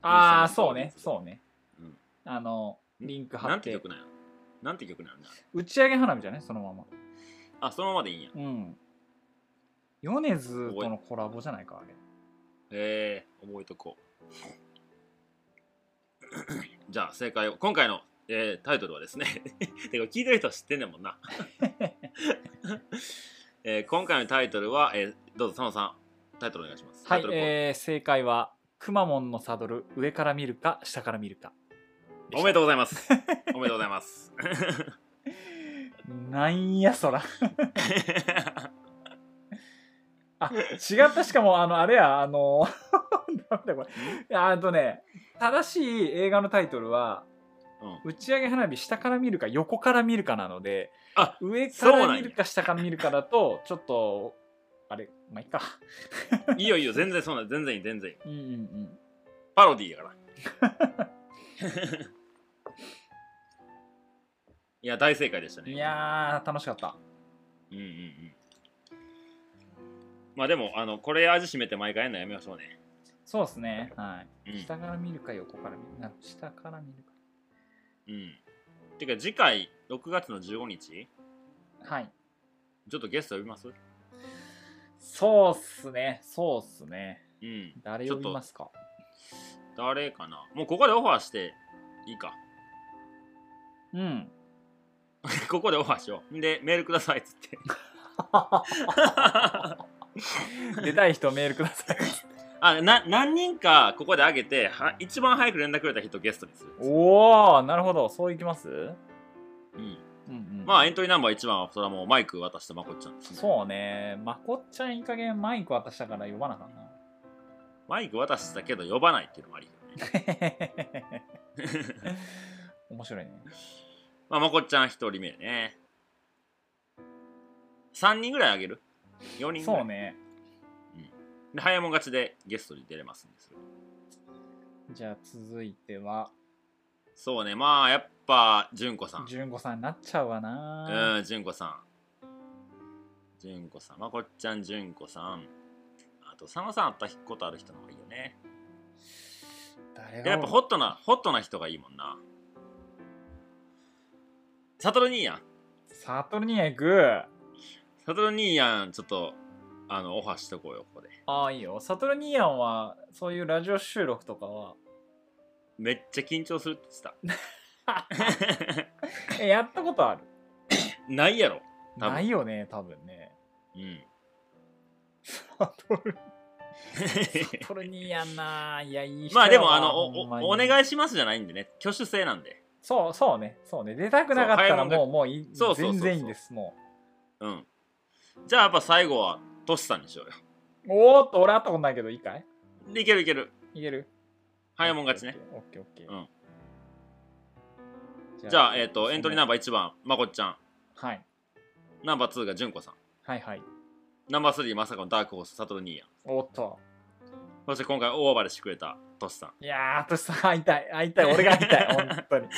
S3: ああ
S2: インスタの
S3: そう
S2: ストーリー
S3: ね
S2: ズ
S3: そうね、
S2: うん
S3: あのリンク貼
S2: な
S3: っ
S2: んて
S3: て
S2: 曲なんやなんて曲なんだ
S3: 打ち上げ花火じゃないそのまま
S2: あそのままでいいんや
S3: うん米津とのコラボじゃないかあれ
S2: えー、覚えとこう。 <coughs> じゃあ正解を今回の、えータイトルはですね <laughs> てか聞いてる人は知ってんねんもんな、 <laughs> えー今回のタイトルは、えーどうぞ佐野さんタイトルお願いします
S3: は
S2: タイ
S3: い
S2: ト、ルコール
S3: えー正解はくまモンのサドル上から見るか下から見るか
S2: おめでとうございますおめでとうございます <laughs>
S3: なんやそらあ違ったしかもあのあれやあの <laughs> なんだこれああとね正しい映画のタイトルは
S2: うん
S3: 打ち上げ花火下から見るか横から見るかなので
S2: あ
S3: 上か
S2: そうなん
S3: ら
S2: や
S3: 見るか下から見るかだとちょっとあれまあいいか
S2: いいよいいよ全然そうなん全然いい全然いい
S3: うんうんうん
S2: パロディーやから <laughs> いや大正解でしたね
S3: いやー楽しかった
S2: うんうんうんまあでもあのこれ味しめて毎回やるのやめましょうね、
S3: そうですねはい
S2: うん
S3: 下から見るか横から見るな下から見る
S2: うん、てか次回6月の15日
S3: かはい
S2: ちょっとゲスト呼びます
S3: そうっすねそうっすね
S2: うん
S3: 誰呼びますか
S2: 誰かなもうここでオファーしていいか <laughs>
S3: うん
S2: ここでオファーしようんでメールくださいっつって
S3: <laughs> 出たい人メールください
S2: あな何人かここで上げては一番早く連絡くれた人ゲストにする、
S3: おおなるほどそういきます
S2: うん、
S3: うんうん
S2: まあエントリーナンバー1番はそれはもうマイク渡したまこっちゃんですね
S3: そうねまこっちゃんいい加減マイク渡したから呼ばなあ
S2: <laughs>
S3: かんな
S2: マイク渡したけど呼ばないっていうのもありよね
S3: 面白いね
S2: <laughs> <laughs> まあまこっちゃん1人目ね3人ぐらいあげる4人ぐらい
S3: そうね
S2: で早もん勝ちでゲストに出れますんですよ
S3: じゃあ続いては
S2: そうねまあやっぱ純子さん
S3: 純子さんになっちゃうわな
S2: うん純子さん純子さんまこっちゃん純子さんあと佐野さん会ったことある人の方がいいよね
S3: 誰
S2: でやっぱホットなホットな人がいいもんなサトル兄やん
S3: サトルには行く
S2: サトル兄やんちょっとあのオファーしとこうよここで
S3: ああいいよサトルニーヤンはそういうラジオ収録とかは
S2: めっちゃ緊張するって言ってた <laughs>
S3: えやったことある
S2: ないやろ多分
S3: ないよね多分ね
S2: うん <laughs>
S3: サトルサトルニーヤンないやいい人
S2: まあで
S3: や
S2: も
S3: わ
S2: あ
S3: <laughs>
S2: のお
S3: ほんまに
S2: おお願いしますじゃないんでね挙手制なんで
S3: そうそうねそうね出たくなかったら
S2: そう早い
S3: も
S2: も
S3: うもういい
S2: そうそうそうそう
S3: 全然いいんですも
S2: うんじゃあやっぱ最後はトシさんにしようよ
S3: うおーっと俺会ったことないけどいいかい
S2: でいけるいける
S3: いける
S2: 早いもん勝ちね
S3: オッケーオッケーオッケー
S2: う
S3: じ
S2: じゃあえっ、とエントリーナン
S3: バ
S2: バー1番まこっちゃん
S3: ー、はい、
S2: ナンバー2が純子さん
S3: はいはい
S2: ナンバー3まさかのダークホースサトル兄やん
S3: おっと
S2: そして今回大暴れしてくれたトシさん
S3: いやーとさん会いたい会いたい俺が会いた
S2: <laughs>
S3: い本当にい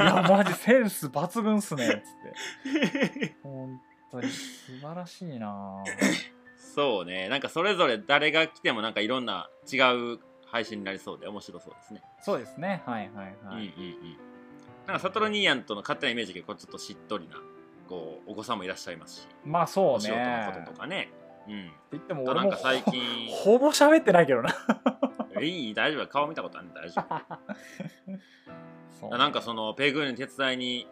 S3: <laughs> やマジセンス抜群っすねっつって本当に素晴らしいなぁ
S2: そうねなんかそれぞれ誰が来てもなんかいろんな違う配信になりそうで面白そうですね、
S3: そうですねはいはいはい、
S2: うんうんうんなんかサトル兄やんとの勝手なイメージがこうちょっとしっとりなこうお子さんもいらっしゃいますし
S3: まあそう
S2: お仕事の
S3: ね
S2: こととかねうん
S3: って言っても
S2: あと
S3: 俺
S2: な
S3: も
S2: んか最
S3: ほ <laughs>
S2: 近
S3: ほぼ喋ってないけどな
S2: いい大丈夫顔見たことあるん大丈
S3: そ
S2: 夫なんかそのペグーに手伝いに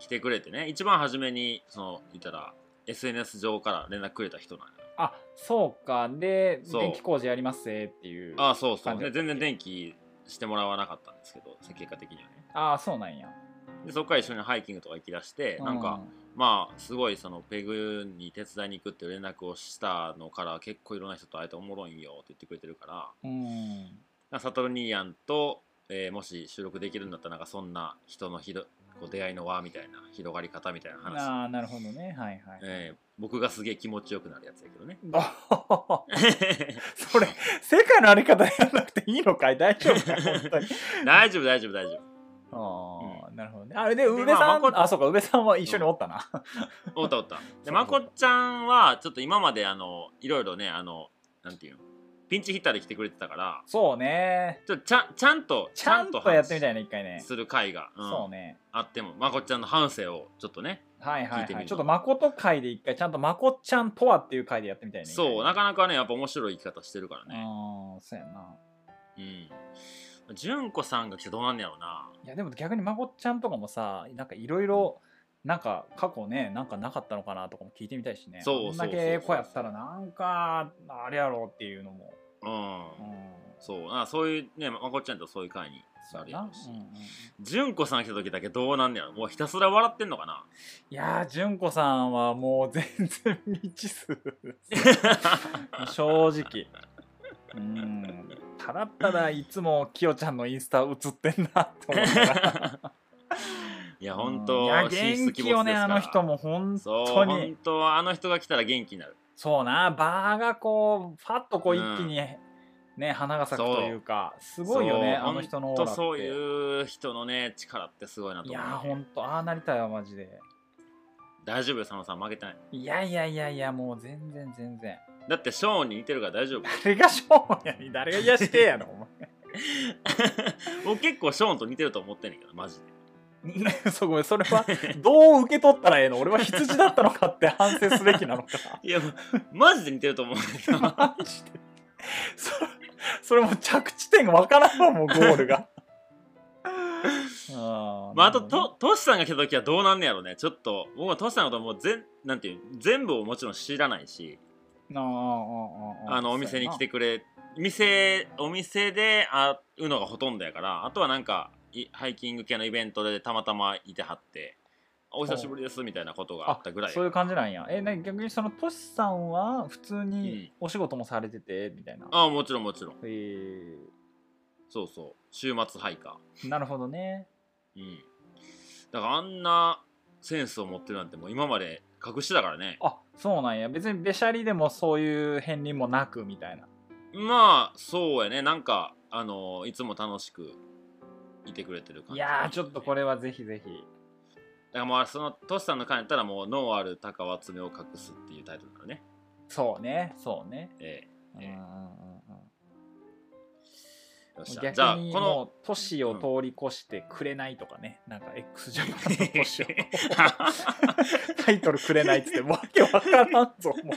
S2: 来てくれてね一番初めにそのいたら SNS 上から連絡くれた人なんや
S3: あそうかで
S2: そう
S3: 電気工事やりますぜっていう
S2: ああそうそう、
S3: 感じ
S2: ね、全然電気してもらわなかったんですけど結果的にはね
S3: あーそうなんや
S2: でそこから一緒にハイキングとか行きだしてなんか、まあすごいそのペグに手伝いに行くっていう連絡をしたのから結構いろんな人と会えておもろいんよって言ってくれてるから
S3: うん
S2: なんかサトル兄やんと、えーもし収録できるんだったらなんかそんな人のひどこう出会いの輪みたいな広がり方みたいな話、
S3: ああなるほどねはいはい、
S2: えー僕がすげえ気持ちよくなるやつやけどね
S3: <laughs>
S2: <laughs>
S3: それ世界のあり方やらなくていいのかい大丈夫かい本当に
S2: 大丈夫大丈夫大丈
S3: ああ、なるほどね。あれで、
S2: で
S3: 宇部
S2: ま
S3: さ
S2: あまこ
S3: ん、あ、そうか、宇部さんは一緒におったな。 <laughs>
S2: 夫おったおった
S3: そ
S2: で
S3: う
S2: まこっちゃんはちょっと今まであのいろいろねあのなんていうのピンチヒッターで来てくれてたから
S3: そうね。
S2: ちょっとちゃんちゃんと
S3: ちゃんとやってみた
S2: い
S3: いね、一回ね。
S2: する回が、うん
S3: そうね。
S2: あってもまこっちゃんの反省をちょっとね
S3: はいは
S2: 聞いて
S3: い
S2: み
S3: は
S2: る
S3: い。
S2: と
S3: ちょっと、まこと会で一回、ちゃんとまこちゃんとはっていう会でやってみたいね。
S2: そうな
S3: か
S2: かなかねやっぱ面白い生き方してるからね
S3: ああ、そうやな。
S2: うん純子さんが来てどうなんねやろうない
S3: や、でも逆にまこちゃんとかもさ、なんかいろいろ、なんか過去ね、なんかなかったのかなとかも聞いてみたいしね。
S2: そう
S3: こんだ
S2: そうそうそ
S3: け
S2: う
S3: 子やったら、なんか、あれやろうっていうのも。う
S2: うん
S3: ん。
S2: そうなそういうねまこっちゃんとそういう回に
S3: そ
S2: な
S3: う
S2: る
S3: や
S2: やろ
S3: なう
S2: う。し
S3: んうんうん
S2: 純子さん来た時だけどうなんねやろもうひたすら笑ってんのかない
S3: やー、純子さんはもう全然未知数。
S2: <laughs>
S3: 正直。うん。ただただいつもきよちゃんのインスタ映ってんなと思ったら。
S2: <laughs> いや本
S3: うん
S2: 当
S3: いや、
S2: 神出
S3: 元
S2: 鬼没
S3: 気よね、
S2: で
S3: あ
S2: すから
S3: の人も本
S2: そう
S3: 当に。
S2: 本当はあの人が来たら元気になる
S3: そうな、バーがこう、ファッとこう
S2: う
S3: 一
S2: ん
S3: 気にね、花が咲くというか、すごいよね、
S2: そう
S3: あの人のオーラっ
S2: ほ
S3: て。
S2: んとそういう人のね力ってすごいなと
S3: い
S2: 思
S3: や
S2: う、
S3: ー、本当ああなりたいわ、マジで。
S2: 大丈夫よ佐野さん負けてない
S3: いやいやいやいや、もう全然全然。
S2: だってショーンに似てるから
S3: <laughs>
S2: 大丈夫
S3: 誰がしょうやに、誰が癒して <laughs> やろ、お前。
S2: 僕結構ショーンと似てると思ってんねんけどマジで
S3: そうごめんそれ <laughs> はどう受け取ったらええの俺は羊だったのかって <laughs> 反省すべきなのか
S2: いやマジで似てると思うねんけど
S3: マジでそれそれもう着地点がわからんわもうゴール <laughs> があー
S2: まあ、あ
S3: な
S2: と
S3: るほどね
S2: とトシさんが来た時はどうなんねやろうねちょっと僕はトシさんのこともう全なんていう全部をもちろん知らないし
S3: あーあーあー
S2: あのお店に来てくれ店お店で会うのがほとんどやからあとはなんかいハイキング系のイベントでたまたまいてはってお久しぶりですみたいなことがあ
S3: あ
S2: ったぐらい
S3: そういう感じなんやえな逆にそのトシさんは普通にお仕事もされててみたいな、
S2: ああもちろんもちろん
S3: えー
S2: そうそう週末ハイカ
S3: なるほどね
S2: ーうんだからあんなセンスを持ってるなんてもう今まで隠してたからね
S3: あそうなんや別にべしゃりでもそういう片鱗もなくみたいな
S2: まあそうやねなんかあのいつも楽しくいてくれてる感
S3: い
S2: じ、
S3: やーちょっとこれはぜひぜひ
S2: だからまあそのトシさんの回やったらもう「脳ある鷹は爪を隠す」っていうタイトルなのね
S3: そうねそうね
S2: え
S3: う
S2: え
S3: んうんうんうん
S2: よっしゃじゃあ
S3: 逆に
S2: この
S3: もう都市を通り越してくれないとかね、なんか x ジャパ
S2: <laughs>
S3: ンの都市をタイトルくれないっつってわけわからんぞもう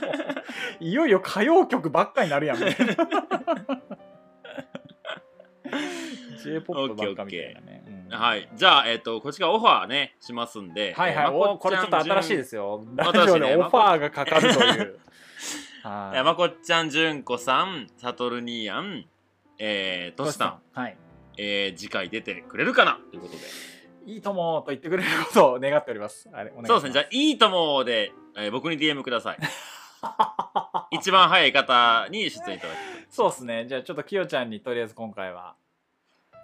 S3: いよいよ歌謡曲ばっかになるやんみ
S2: <laughs>
S3: たいな j p o p ばっかみたいなね、うん
S2: はいじゃあえっ、とこっちがオファーねしますんで
S3: はいはい、おこれちょっと新しいですすよ
S2: ま
S3: ラ
S2: こ
S3: ジ
S2: ちゃん
S3: オでオファーがかかるという
S2: <laughs>
S3: はい
S2: まこっちゃんじゅんこさんさとるにーやんえー、トシさん
S3: はい
S2: えー、次回出てくれるかなということで
S3: いいともと言ってくれることを願っておりますあれお願いし
S2: そ
S3: ま
S2: うですねじゃあ「いいとも」で、えー僕に DM く
S3: <laughs>
S2: ださい一番早い方に出演いただく
S3: そうですね。じゃあちょっときよちゃんにとりあえず今回は。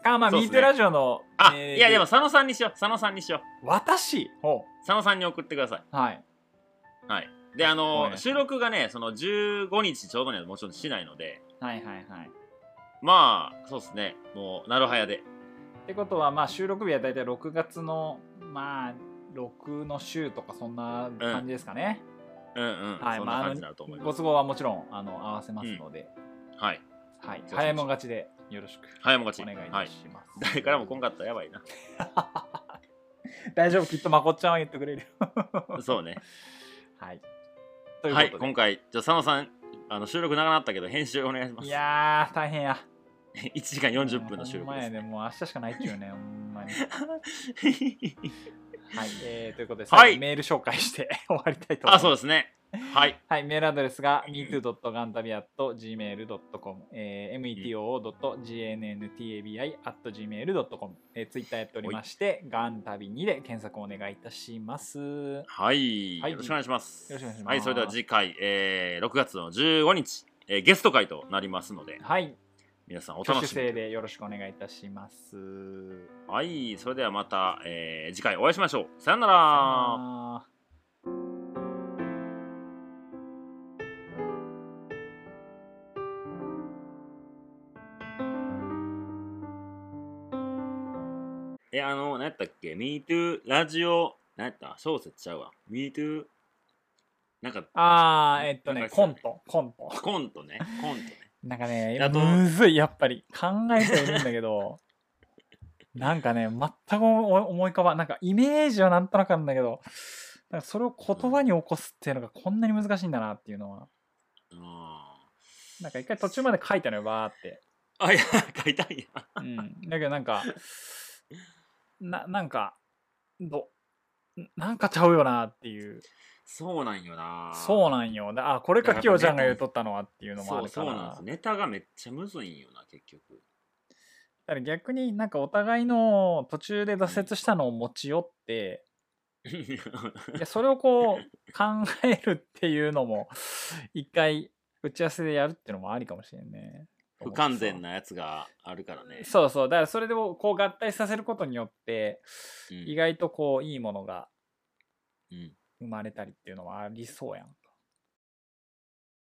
S3: あ、まあ、
S2: そうっすね
S3: ミーテラジオの。
S2: あ、
S3: えー
S2: いやでも。佐野さんにしよう佐野さんにしよう
S3: 私ほ
S2: 佐野さんに送ってくださいう
S3: はい。
S2: はい。で、あ
S3: お願
S2: の
S3: いします
S2: 収録がね、その15日ちょうどにはもちろんしないので、
S3: はいはいはい。
S2: まあ、そうですね、もう、なるはやで。
S3: ってことは、まあ、収録日はだいたい6月の、まあ、6の週とかそんな感じですかね。
S2: うんうん、
S3: はい
S2: そん
S3: まああの
S2: な感じになると思いま
S3: ご
S2: す。
S3: 都合はもちろん、あの、合わせますので、
S2: はい。
S3: はい。
S2: そう
S3: 早いもん勝ちでよろしく
S2: 早いもん
S3: お
S2: 勝
S3: 願い
S2: ち。
S3: い
S2: は
S3: た
S2: い
S3: し。ます。
S2: 誰からも来んかったらや
S3: <laughs>
S2: ばいな。
S3: 大丈夫、きっとまこっちゃんは言ってくれるよ。
S2: そうね。
S3: はい。という
S2: はい、
S3: ことで。
S2: 今回、じゃあ佐野さん、あの収録長なったけど、編集お願いしま
S3: い
S2: す。
S3: やー、大変や。
S2: 1時間40分の収
S3: ほ
S2: 録
S3: んま
S2: で
S3: や
S2: す。
S3: ね、もう明日しかないっちゅうね、ほんまに。はい、えー、ということで、
S2: はい
S3: 最後メール紹介して終わりたいと思います。
S2: <laughs> あ、そうですね。はい。
S3: はい、メールアドレスが meto.gantabi.gmail.com、えー、meto.gntabi.gmail.com、えー、ツイッターやっておりまして、ガンタビ2で検索をお願いいたします。よ
S2: はい、
S3: はい
S2: よろしくお願いします。
S3: ろしくお願いします。
S2: はい、それでは次回、えー、6月の15日、えーゲスト会となりますので、
S3: はい、
S2: 皆さんお
S3: 挙
S2: 楽
S3: 手
S2: しみに
S3: 制。でよろしくお願いいたします。さよ
S2: はい、それではまた、えー次回お会いしましょう。さよなら。
S3: なら
S2: え、あの、何やったっけ ?MeToo ラジオ、何やった小説ちゃうわ。MeToo、なんか、
S3: あー、えっと
S2: な
S3: ね
S2: ん、か
S3: コント、コント。
S2: コントね。コントね。
S3: なんかね
S2: あ、と
S3: むずい、やっぱり。考えてはいるんだけど、 <laughs> なんかね、全く思思い浮かばん。なんかイメージはなんとなくあるんだけど、なんかそれを言葉に起こすっていうのがこんなに難しいんだなっていうのは。
S2: うん
S3: なんか一回途中まで書いたのよ、バーって。
S2: あ、いや、書いたんや。
S3: うん。だけどなんか、な、なんか、ど、なんかちゃうよなっていう。
S2: そうなんよな。
S3: そうなんよ。だあ、これかきよちゃんが言うとったのはっていうのもあ
S2: そう
S3: るか
S2: そう
S3: ら。
S2: なんです。ネタがめっちゃむずいんよな、
S3: <laughs>
S2: 結局。
S3: だから逆になんかお互いの途中で挫折したのを持ち寄って、いやそれをこう考えるっていうのも <laughs> 一回打ち合わせでやるっていうのもありかもしれんね。
S2: 不完全なやつがあるからね。
S3: そうそうだからそれでもこう合体させることによって
S2: うん
S3: 意外とこういいものが
S2: うん
S3: 生まれたりっていうのはありそうやん。